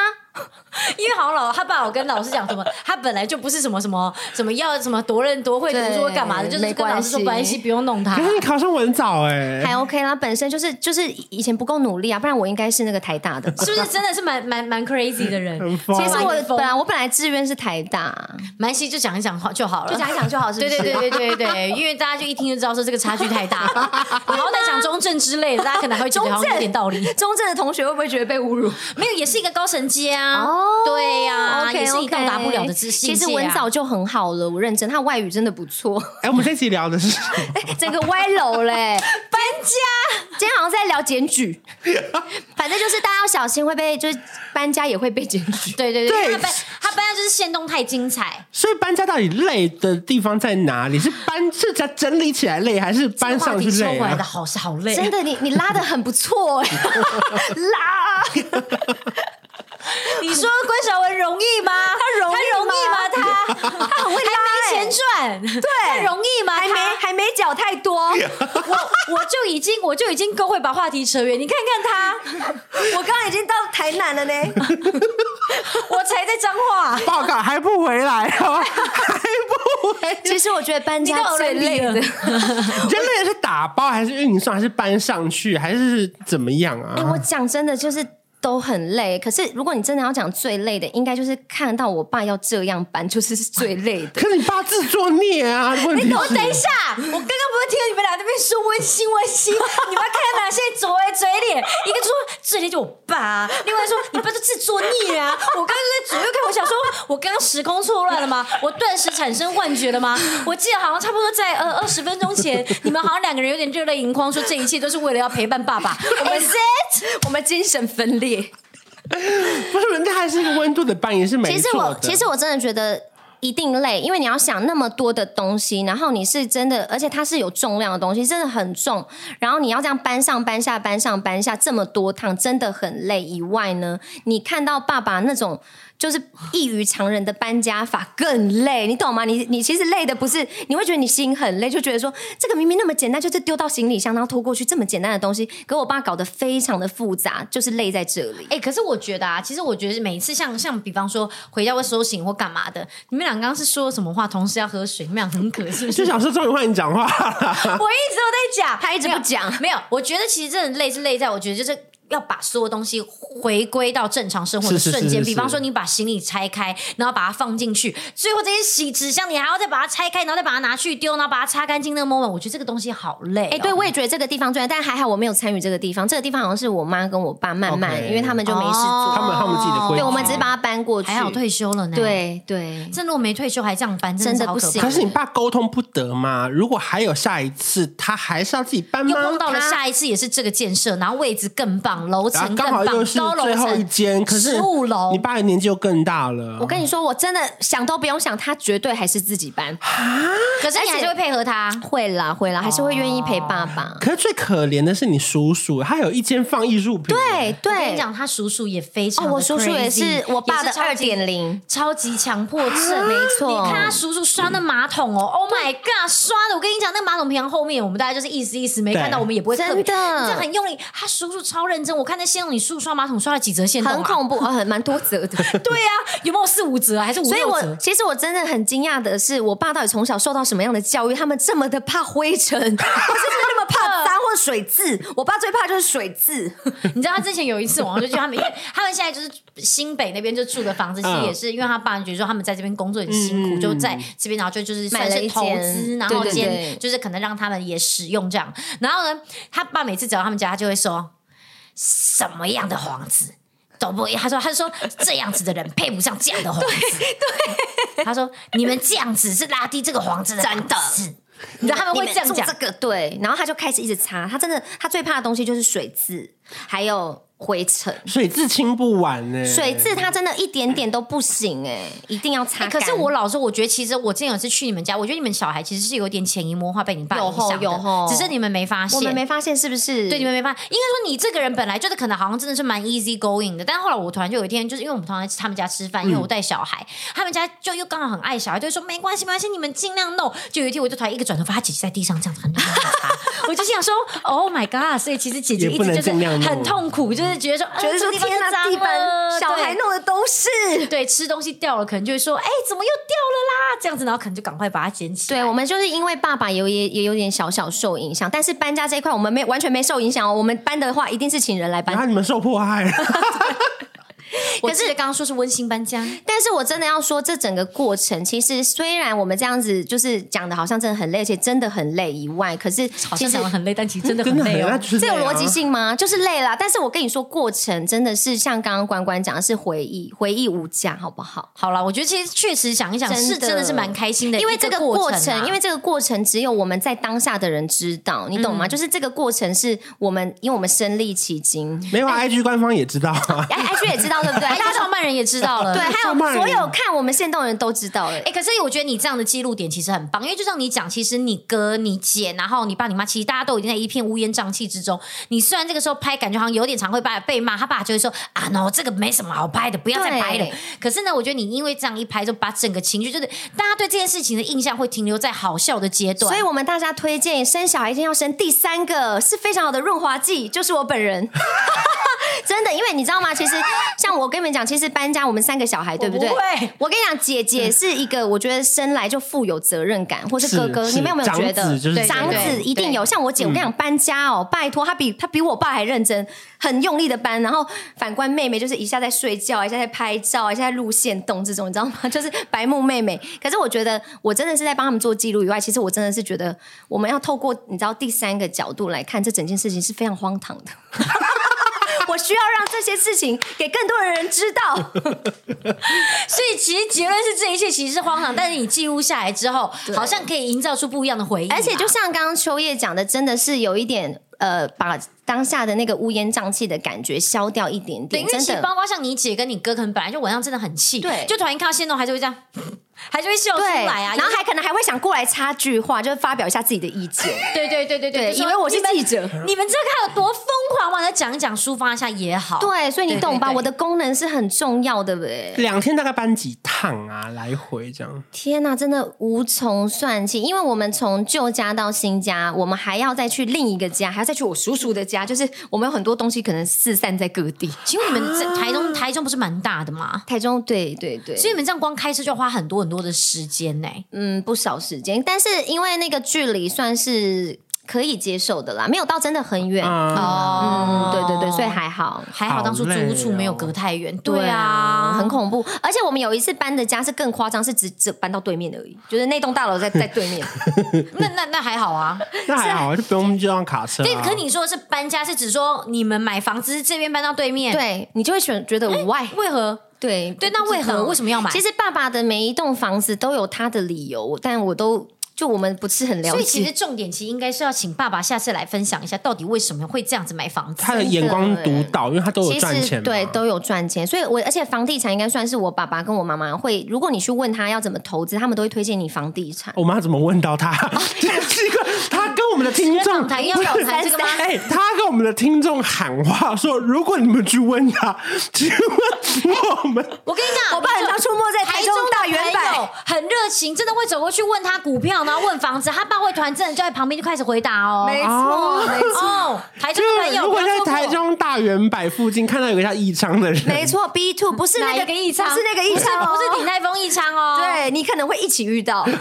B: 因为好像老他爸有跟老师讲什么，他本来就不是什么什么什么要什么多认多会读书
C: 对
B: 干嘛的，就是
C: 没
B: 跟老师说
C: 关系
B: 关系不用弄
C: *laughs*
B: 他
A: 可。是你考上文藻哎、
C: 还 OK 啦，本身就是就是以前不够努力啊，不然我应该是那个台大 *laughs* 的。”
B: 是不是真的是蛮蛮蛮 crazy 的人？
A: 很疯
C: *laughs* 其实我
B: 蛮疯
C: 本来我本来志愿是台大，
B: 蛮西就讲一讲话就好了，
C: 就讲一讲就好，
D: *laughs*
C: 是不
B: 对
C: 是？
B: 对对对对对对，因为大家就一听就知道说这个差距太
C: *laughs*
B: 大了。然后在讲中正之类的，大家可能还会觉得好像有点道理。
C: 中正的同学会不会觉得被侮辱？
B: 没有，也是一个高层阶啊，
C: *laughs* 哦
B: 对呀、
C: OK，
B: 也是一道
C: OK
B: 达不了的知识、
C: 其实文
B: 啊
C: 藻就很好了，我认真，他外语真的不 *laughs* 错，
A: 哎、我们这期聊的是
C: 哎整个歪楼嘞，搬家。 *laughs* 今天好像在聊检 *laughs* 举，反正就是大家要小心会被，就是搬家也会被检举。
B: 对对对，
A: 对
B: 因为他搬他搬家就是限动太精彩，
A: 所以搬家到底累的地方在哪里？是搬是在整理起来累，还是搬
B: 这个
A: 上
B: 话
A: 去
B: 题抽
A: 累、
B: 回来
A: 啊？
B: 的好是好累，
C: 真的，你你拉的很不错哎、拉
B: 你说关晓雯容易吗？她容易吗？ *laughs* 她她很会拉、还没钱赚， *laughs* 对，她容易吗？
C: 还没
B: 她
C: 还没缴太
B: *laughs*
C: 多，
B: 我我就已经我就已经够会把话题扯远，你看看 *laughs* 她，
D: 我刚刚已经到台南了呢，
B: 我才在脏话，
A: 报告还不回来哦， *laughs* 还不回来。
C: 其实我觉得搬
B: 你都
C: 家
B: 有
C: 最
B: 能力
C: 累的
B: 了。
A: 你觉得累的是打包，还是运送，还是搬上去，还是怎么样
C: 哎、我
A: 啊？
C: 讲真的，就是都很累。可是如果你真的要讲最累的，应该就是看到我爸要这样搬，就是 *laughs* 是最累的。
A: 可是你爸自作孽啊！问题
B: 你哎我
A: 是
B: 等一下，我刚刚不是听到你们俩在那边说温馨温馨，你们看到哪些嘴嘴脸？一个说嘴脸就我爸，另外说你爸就自作
A: *laughs*
B: 孽啊！我刚刚就在左右看，我想说我刚刚时空错乱了吗？我顿时产生幻觉了吗？我记得好像差不多在呃二十分钟前，你们好像两个人有点热泪盈眶，说这一切都是为了要陪伴爸爸。我们 set，
C: 我们精神分裂。
A: 不是人家还是一个温度的搬，也是没
C: 其实
A: 错
C: 我
A: 的。
C: 其实我真的觉得。一定累，因为你要想那么多的东西，然后你是真的，而且它是有重量的东西，真的很重。然后你要这样搬上搬下搬上搬下这么多趟，真的很累。以外呢，你看到爸爸那种就是异于常人的搬家法更累，你懂吗？你你其实累的不是，你会觉得你心很累，就觉得说这个明明那么简单，就是丢到行李箱然后拖过去这么简单的东西，给我爸搞得非常的复杂，就是累在这里。
B: 哎、可是我觉得啊，其实我觉得每一次像像比方说回家会收行或干嘛的，你们俩刚刚是说什么话？同时要喝水，你们俩很渴是不是
A: 就？想说，终于换你讲话了。
B: 我一直都在讲，
C: 他一直不讲
B: 没有，我觉得其实真的累是累在，我觉得就是。要把所有东西回归到正常生活的
A: 是是是
B: 瞬间，
A: 是是
B: 比方说你把行李拆开，然后把它放进去，最后这些洗纸箱你还要再把它拆开，然后再把它拿去丢，然后把它擦干净。那个 moment，我觉得这个东西好累、哦
C: 哎、对，，我也觉得这个地方最，但还好我没有参与这个地方。这个地方好像是我妈跟我爸慢慢
A: OK
C: 因为他们就没事做，
B: 哦
A: 他们他们自己的规矩
C: 对我们只是把它搬过去。
B: 还好退休了呢。，
C: 对对，
B: 真的我没退休还这样搬，
C: 真的
B: 是好可
C: 不行
B: 怕
A: 可是你爸沟通不得嘛？如果还有下一次，他还是要自己搬
B: 又
A: 吗？
B: 碰到了下一次也是这个建设，然后位置更棒，楼
A: 然
B: 层
A: 后
B: 更
A: 啊刚好
B: 棒，
A: 又是
B: 高楼
A: 最后一
B: 层
A: 间，可是
B: 十五楼
A: 你，爸的年纪又更大了。
C: 我跟你说，我真的想都不用想，他绝对还是自己搬。
B: 可是你还是会配合他。
C: 会啦会啦，还是会愿意陪爸爸。
A: 可是最可怜的是你叔叔，他有一间放艺术品。
C: 对
B: 我跟你
C: 对，
B: 讲，他叔叔也非常
C: 哦，
B: 的 crazy，
C: 我叔叔也是我爸的
B: 也是
C: 二
B: 超级
C: 点零。
B: 超级强迫症，
C: 没错
B: 啊你看他叔叔刷那马桶哦，Oh my god，刷的我跟你讲，那马桶瓶后面我们大家就是意思意思，没看到
A: 对
B: 我们也不会特别
C: 真的
B: 这很用力。他叔叔超认真，我看那线动，你叔叔刷马桶刷了几折线动、啊？
C: 很恐怖，哦，很蛮多折
B: *laughs*
C: 的。
B: 对啊，有没有四五折啊还是五
C: 所以
B: 六
C: 我
B: 折？
C: 其实我真的很惊讶的是，我爸到底从小受到什么样的教育？他们这么的怕灰
B: *laughs*
C: 尘，我是不是那么怕脏呃或水渍？我爸最怕就是水渍。
B: 你知道他之前有一次，我就去他们，因为他们现在就是新北那边就住的房子，其实
A: 嗯
B: 也是因为他爸觉得说他们在这边工作很辛苦，
A: 嗯
B: 就在这边，然后就就是
C: 买
B: 算
C: 了
B: 是
C: 一
B: 投
C: 间
B: 资，
C: 对
B: 然后
C: 对
B: 兼
C: 对
B: 就是可能让他们也使用这样。然后呢，他爸每次走到他们家，他就会说什么样的房子。都不，他说他说这样子的人配不上这样
C: *laughs*
B: 的皇子，对，他说你们这样子是拉低这个皇子的档
D: 真的
B: 次，你知道他们会这样
C: 你们
B: 讲
C: 做，这个对，
D: 然后他就开始一直擦，他真的他最怕的东西就是水渍，还有灰尘。
A: 水渍清不完呢、
D: 水渍它真的一点点都不行哎、一定要擦
B: 欸
D: 干、
B: 可是我老说，我觉得其实我之前有一次去你们家，我觉得你们小孩其实是有点潜移默化被你爸
D: 有
B: 影响的，
D: 吼有吼
B: 只是你们没发现。
D: 我们没发现是不是？
B: 对，你们没发现。应该说你这个人本来就是可能好像真的是蛮 easy going 的，但后来我突然就有一天，就是因为我们常常在他们家吃饭，因为我带小孩，他们家就又刚好很爱小孩，就会说没关系没关系，你们尽量弄。就有一天我就突然一个转头，发现他姐姐在地上这样子很痛她，我就心想说 Oh my god！所以其实姐姐
A: 也
B: 一
A: 不
B: 直
A: 能
B: 就是
A: 尽量弄
B: 很痛苦，就是觉得说
D: 觉得说天
B: 哪，
D: 哪，
B: 这
D: 地
B: 个地方脏了
D: 板小孩
B: 对
D: 弄的都是。
B: 对，吃东西掉了，可能就会说，哎、怎么又掉了啦？这样子，然后可能就赶快把它捡起来。
C: 对
B: 对，
C: 我们就是因为爸爸有也也有点小小受影响，但是搬家这一块我们没完全没受影响哦。我们搬的话一定是请人来搬
A: 然，后你们受迫害，
B: 可是刚刚说是温馨搬家，
C: 但是我真的要说，这整个过程其实虽然我们这样子就是讲的好像真的很累，而且真的很累以外，可是
B: 好
C: 其
B: 像
C: 实
B: 讲的很累，但其实真的
A: 真的
B: 很
A: 很
B: 累
A: 那
B: 哦。
A: 就是
C: 这有
A: 样啊
C: 逻辑。性吗？就是累啦。但是我跟你说，过程真的是像刚刚关关讲的是回忆，回忆无价，好不好？
B: 好了，我觉得其实确实想一想，
C: 真的
B: 是真的是蛮开心的一
C: 因
B: 程啊，
C: 为这个过程，因为这个过程只有我们在当下的人知道，你懂吗？就是这个过程是我们，因为我们身历其经，
A: *laughs* 没有啊、IG 官方也知道啊，
C: *laughs* 哎，艾雪也知道对不对？
B: 哎大
C: 大家
B: 创办人也知道 *laughs* 了，
C: 对，还
A: 上班
C: 有
A: 人
C: 所有看我们现动的人都知道了。
B: 哎、可是我觉得你这样的记录点其实很棒，因为就像你讲，其实你哥、你姐，然后你爸、你妈，其实大家都已经在一片乌烟瘴气之中。你虽然这个时候拍，感觉好像有点常会被被骂，他爸就会说啊，no，这个没什么好拍的，不要再拍了
C: 对。
B: 可是呢，我觉得你因为这样一拍，就把整个情绪，就是大家对这件事情的印象会停留在好笑的阶段。
C: 所以，我们大家推荐生小孩一定要生第三个，是非常好的润滑剂，就是我本
B: *laughs*
C: 人。真的，因为你知道吗？其实像我跟你们讲，其实搬家我们三个小孩，对对？
B: 我不会
C: 我跟你讲，姐姐是一个我觉得生来就富有责任感，或
A: 是
C: 是哥哥，
A: 是
C: 你们有没有觉
A: 长
C: 得
A: 子就是
C: 长
A: 对
B: 对
C: 子一定有？像我姐，我跟你讲，搬家哦，拜托，她比她比我爸还认真，很用力的搬。然后反观妹妹，就是一下在睡觉，一下在拍照，一下在路线动这种，你知道吗？ *laughs* 就是白目妹妹。可是我觉得，我真的是在帮他们做记录以外，其实我真的是觉得，我们要透过你知道第三个角度来看这整件事情是非常荒唐的。 *laughs* 我需要让这些事情给更多的人知道。
B: 所以其实结论是这一切其实是荒唐，但是你记录下来之后，好像可以营造出不一样的回忆嘛。
C: 而且就像刚刚秋叶讲的，真的是有一点呃，把当下的那个乌烟瘴气的感觉消掉一点点
B: 对，因，为
C: 真
B: 其实
C: 的。
B: 包括像你姐跟你哥，可能本来就晚上真的很气，
C: 对
B: 就突然看到线动还是会这样， *laughs* 还是会笑出
C: 对，
B: 来啊。
C: 然后还可能还会想过来插句话，就是发表一下自己的意见，
B: 对对对对
C: 对，
B: 就
C: 以
B: 说
C: 为我是记者，
B: 你们这个有多疯狂嘛？再讲一讲，抒发一下也好。
C: 对，啊所以你懂吧？
B: 对对对
C: 我的功能是很重要的呗。
A: 两天大概搬几趟啊，来回这样。
C: 天呐，真的无从算起，因为我们从旧家到新家，我们还要再去另一个家，还要再去我叔叔的家，就是我们有很多东西可能四散在各地。啊
B: 请问你们这台中台中不是蛮大的吗？
C: 台中，对对对，
B: 所以你们这样光开车就要花很多很多的时间呢、
C: 嗯，不少时间，但是因为那个距离算是可以接受的啦，没有到真的很远。
A: 啊，
C: 嗯，
B: 哦
C: 对对对，所以还好。嗯
B: 还好啊当初租屋处没有隔太远。对啊，
C: 很恐怖。而且我们有一次搬的家是更夸张，是只只搬到对面而已，就是那栋大楼在在对面。
B: 那那那还好啊。
A: 那还好，就不用就让卡车啊。
B: 对，可你说的是搬家，是指说你们买房子是这边搬到 *laughs* 对面，，
C: 对你就会选觉得 why？
B: 为何？
C: 嗯对
B: 对，那为何为什
C: 么
B: 么要买？
C: 其实爸爸的每一栋房子都有他的理由，但我都就我们不是很了
B: 所以其
C: 解。
B: 实重点其实应该是要请爸爸下次来分享一下，到底为什么会这样子买房子。
A: 他的眼光独到，因为他都有赚钱嘛，
C: 对都有赚钱，所以我而且房地产应该算是我爸爸跟我妈妈会，如果你去问他要怎么投资，他们都会推荐你房地产。
A: 我妈怎么问到他？这个奇怪， *laughs* 他跟我们的听
B: 直接
A: 众
B: 访谈要
A: 不是
B: 访谈这个吗
A: *laughs* 哎，他跟我们的听众喊话说：“如果你们去问他，去问我们，
B: 我跟你讲，
D: 我爸很常出没在台
B: 台
D: 中
B: 中
D: 大圆
B: 的朋
D: 柏
B: 友，很热情，真的会走过去问他股票，然后问房子，他爸会突然真的就在旁边就开始回答哦。
D: 没
A: 哦
D: 错，没错。
B: 哦，台中的朋
A: 就
B: 友，
A: 如果
B: 不要
A: 在
B: 错过
A: 台中大圆柏附近看到有个叫义昌的人，
D: 没错，B two 不是那
B: 哪
D: 个
B: 一个异常，
D: 不是那个异常哦，
B: 不是鼎泰丰异常哦。
C: *laughs*
D: 对你可能会一起遇到。
B: *laughs*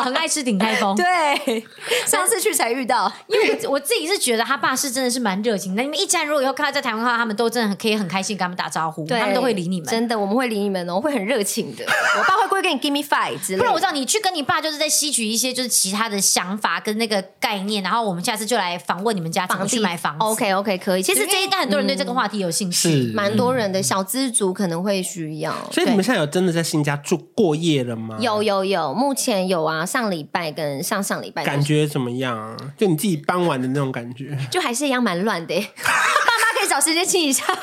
B: 很爱吃鼎泰
D: *laughs*
B: 丰。
C: 对，上次去才遇到，
B: 因为我我自己是觉得他爸是真的是蛮热情的。你们一家人如果以后看到在台湾的话，他们都真的很可以很开心跟他们打招呼，他们都会理你们。
C: 真的，我们会理你们哦，会很热情的。我爸会过去跟你 give me five 之类的，
B: 不然我知道你去跟你爸就是在吸取一些就是其他的想法跟那个概念，然后我们下次就来访问你们家怎么去买房子。
C: OK OK 可以。其
B: 其
C: 实
B: 实这
C: 这
B: 一
C: 一
B: 代很多人对这个话题有兴趣。
A: *laughs* 是
C: 蛮多人的小资族可能会需要。
A: 嗯所以你们啊现在有真的在新家住过夜了吗？
C: 有有有，目前有啊，上礼拜跟上上礼拜都
A: 感觉怎么样啊？就你自己搬完的那种感觉，
C: 就还是一样蛮乱
A: *laughs*
C: 的。爸妈可以找时间清一下，
B: 对，哎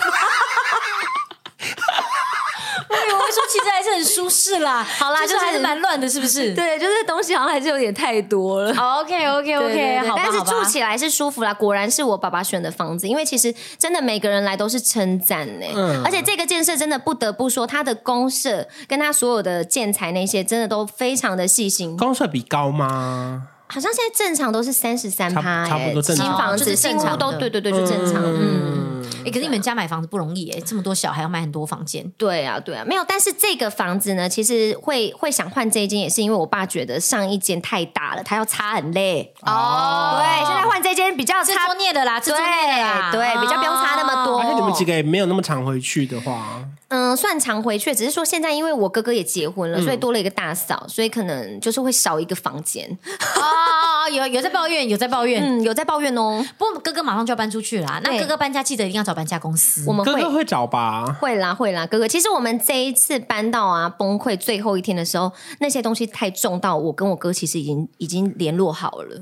B: 我会说其实还是很舒适啦。 *laughs* 好
C: 啦
B: 就是还
C: 就是是
B: 蛮乱的，是不是？
C: 对，就是东西好像还是有点太多了。
B: OK OK
C: 对对
B: OK，
C: 对
B: 好吧，
C: 但是
B: 好吧
C: 住起来是舒服啦。果然是我爸爸选的房子，因为其实真的每个人来都是称赞呢。
A: 嗯
C: 而且这个建设真的不得不说，它的公社跟它所有的建材那些，真的都非常的细心。
A: 公社比高吗？
C: 好像现在正常都是三十三
A: 差
C: 趴，欸
A: 不差不多正
C: 新
A: 常
C: 房
B: 就
C: 子、
B: 是
C: 新
B: 正
C: 屋
B: 常
C: 都
B: 的
C: 对对对，就正常。嗯，
B: 哎、可是你们家买房子不容易哎、这么多小孩要买很多房间，
C: 对啊，对啊，没有。但是这个房子呢，其实会会想换这一间，也是因为我爸觉得上一间太大了，他要擦很累。
B: 哦
C: 对，现在换这间比较
B: 自
C: 擦
B: 作孽的啦，自
C: 对
B: 作孽的啦， *laughs*
C: 对，比较不用差那么多。
A: 而哎且你们几个也没有那么常回去的话，
C: 嗯，算常回去，只是说现在因为我哥哥也结婚
A: 嗯
C: 了，所以多了一个大嫂，所以可能就是会少一个房间。
A: 嗯
B: 哦。哦哦，有有在抱怨，有在抱怨。
C: 嗯，有在抱怨哦，
B: 不过哥哥马上就要搬出去啦，那
C: 对
B: 哥哥搬家记得一定要找搬家公司。
C: 我们
A: 哥
C: 会
A: 哥会找吧？
C: 会啦会啦，哥哥。其实我们这一次搬到啊崩溃最后一天的时候，那些东西太重到我跟我哥其实已经已经联络好了，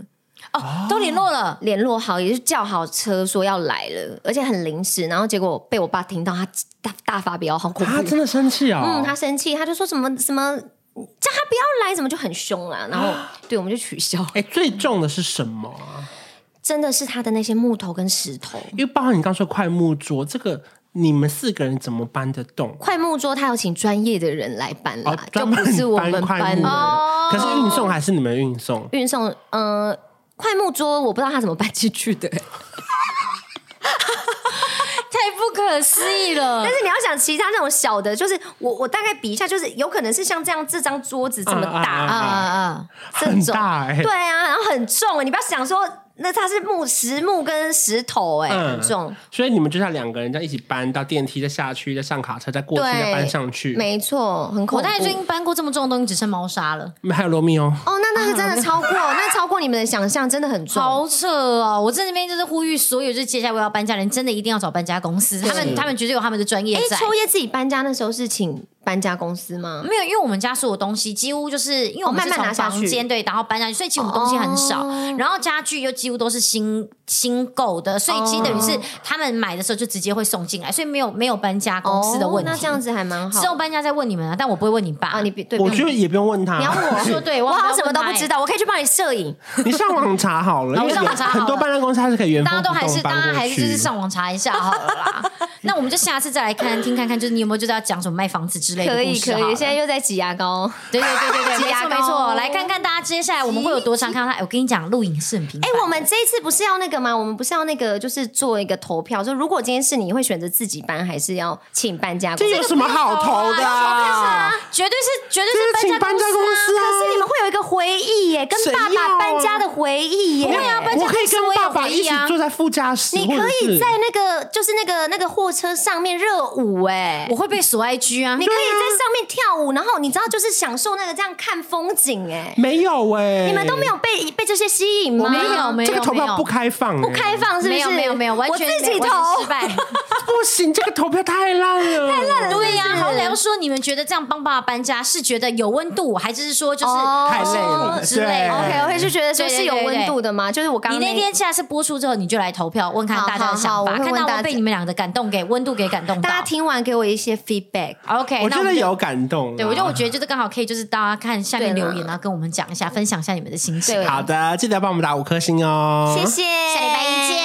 B: 哦，都联络了，
C: 联络好也是叫好车说要来了，而且很临时，然后结果被我爸听到，他大大发飙，好恐怖。
A: 啊，真的生气
C: 嗯，
A: 哦！
C: 他生气，他就说什么什么叫他不要来，怎么就很凶啦、然后对我们就取消。
A: 哎，最重的是什么啊？
C: 真的是他的那些木头跟石头。
A: 因为包含你刚说快木桌这个，你们四个人怎么搬得动？
C: 快木桌他有请专业的人来搬啦，
A: 哦，
C: 啊就
A: 专门
C: 不是我们
A: 快木
C: 搬
A: 的
C: 的。
B: 哦
A: 可是运送还是你们运送？
C: 运送，呃，快木桌我不知道他怎么搬进去的、 *laughs*
B: 太不可思议了
C: 但。是你要想其他那种小的，就是我我大概比一下，就是有可能是像这样这张桌子这么大，
A: 啊啊
B: 啊啊！
C: 这
A: 很
C: 种
A: 大哎、
C: 对啊，然后很重、你不要想说那它是木实木跟石头、哎、
A: 嗯
C: 很重。
A: 所以你们就像两个人在一起搬到电梯，再下去，再上卡车，再过去，
C: 对
A: 再搬上去。
C: 没错，很恐
B: 我
C: 怖
B: 大。概最近搬过这么重的东西，只剩猫砂了，
A: 还有罗密欧，
C: 哦，那那个 *laughs* 真的超过，那超过你们的想象，真的很重。
B: 好扯哦！我在那边就是呼吁所有，就是接下来我要搬家的人，真的一定要找搬家公司，他们他们绝对有他们的专业
C: 哎、
B: 在。
C: 秋叶自己搬家那时候是请搬家公司吗？
B: 没有，因为我们家所有东西几乎就是因为我们
C: 哦慢慢
B: 是从
C: 拿下去哦
B: 房间对，然后搬下去，所以其实我们东西很少，然后家具又几乎都是新新购的，所以其实等于
C: 哦
B: 是他们买的时候就直接会送进来，所以没有没有搬家公司的问题。
C: 哦、那这样子还蛮好
B: 之。后搬家再问你们啊，但我不会问你爸
C: 啊，你别对，
A: 我
C: 不用
A: 觉得
B: 嗯
A: 也不用问他。
C: 你要问我
B: 说对，
C: 我
B: 忘
C: 好
B: 了
C: 像什么都
B: 问
C: 不
B: 他
C: 知。道，我可以去帮你摄影。
A: *laughs* 你上网查好了，
B: 好
A: 因为
B: 哦我上网查好了
A: 很多搬家公司它是可以原
B: 大
A: 封
B: 家
A: 不
B: 都
A: 动搬过去。
B: 还是大家还是就是上网查一下好了
A: *laughs*
B: 啦。那我们就下次再来看听看看，就是你有没有就是要讲什么卖房子之类的
C: 可
B: 故
C: 以
B: 事
C: 可
B: 好了
C: 以，现在又在挤牙膏。
B: 对对对
C: *laughs*
B: 对对，
C: 挤
B: 没
C: 牙
B: 错
C: 膏
B: 没错，哦来看看大家接下来我们会有多常看到他。哎我跟你讲，录影是很频繁
C: 哎、我们这一次不是要那个吗？我们不是要那个，就是做一个投票，说如果今天是你会选择自己搬，还是要请搬家公
A: 这
C: 司？哎
A: 有什么好投的、啊？
B: 哎绝对是绝对
A: 这是
B: 是
A: 请
B: 搬
A: 搬
B: 家
A: 家公
B: 公
A: 司
B: 司
A: 啊！
C: 可是你们会有一个回忆耶，跟
A: 谁
C: 爸
A: 要啊
C: 爸搬家的回忆耶。
B: 对啊搬家
A: 我可以
B: 公司
A: 跟
B: 我也
A: 爸
B: 有
A: 爸
B: 回
A: 一
B: 忆
A: 起
B: 啊
A: 坐在副驾驶，
C: 你
A: 或
C: 可
A: 者
C: 以
A: 是
C: 在哎那个就是那个那个货车上面热舞哎，
B: 我会被锁 IG 啊！
C: 你可以在上面跳舞，然后你知道就是享受那个这样看风景哎。
A: 没有哎、
C: 你们都没有被被这些吸引吗？
B: 我没有没有
A: 这个投票不开放、哎
C: 不开，放是不是？
B: 没有没有没有，完全
C: 我自己
B: 完全
C: 投 *laughs*
B: 失。败。
A: 不行，这个投票太烂了，太烂
B: 对呀、好歹要说你们觉得这样帮爸爸搬家是觉得有温度，还是说就是
C: 哦
A: 太累了
B: 之类
A: 对
B: 的
C: OK，我会就觉得说
B: 嗯对对
C: 是有
B: 对对
C: 温度的吗？就是我刚
B: 你
C: 刚
B: 那天下次播出之后，你就来投票，问看大家
C: 好
B: 的
C: 好好
B: 想
C: 我
B: 法，
C: 会
B: 看
C: 问
B: 到
C: 大
B: 我
C: 家
B: 被你们两个感动给温度给感动到。
C: 大家听完给我一些 feedback。
B: OK，
A: 我
B: 那
A: 真的
B: 们就。
A: 有感动啊。
B: 对，我觉得我觉得就是刚好可以，就是大家看下面
C: 对啦
B: 留言，然啊后跟我们讲一下，分享一下你们的心情。
C: 对嗯
A: 好的，记得帮我们打五颗星哦。
C: 谢谢，
B: 下礼拜一见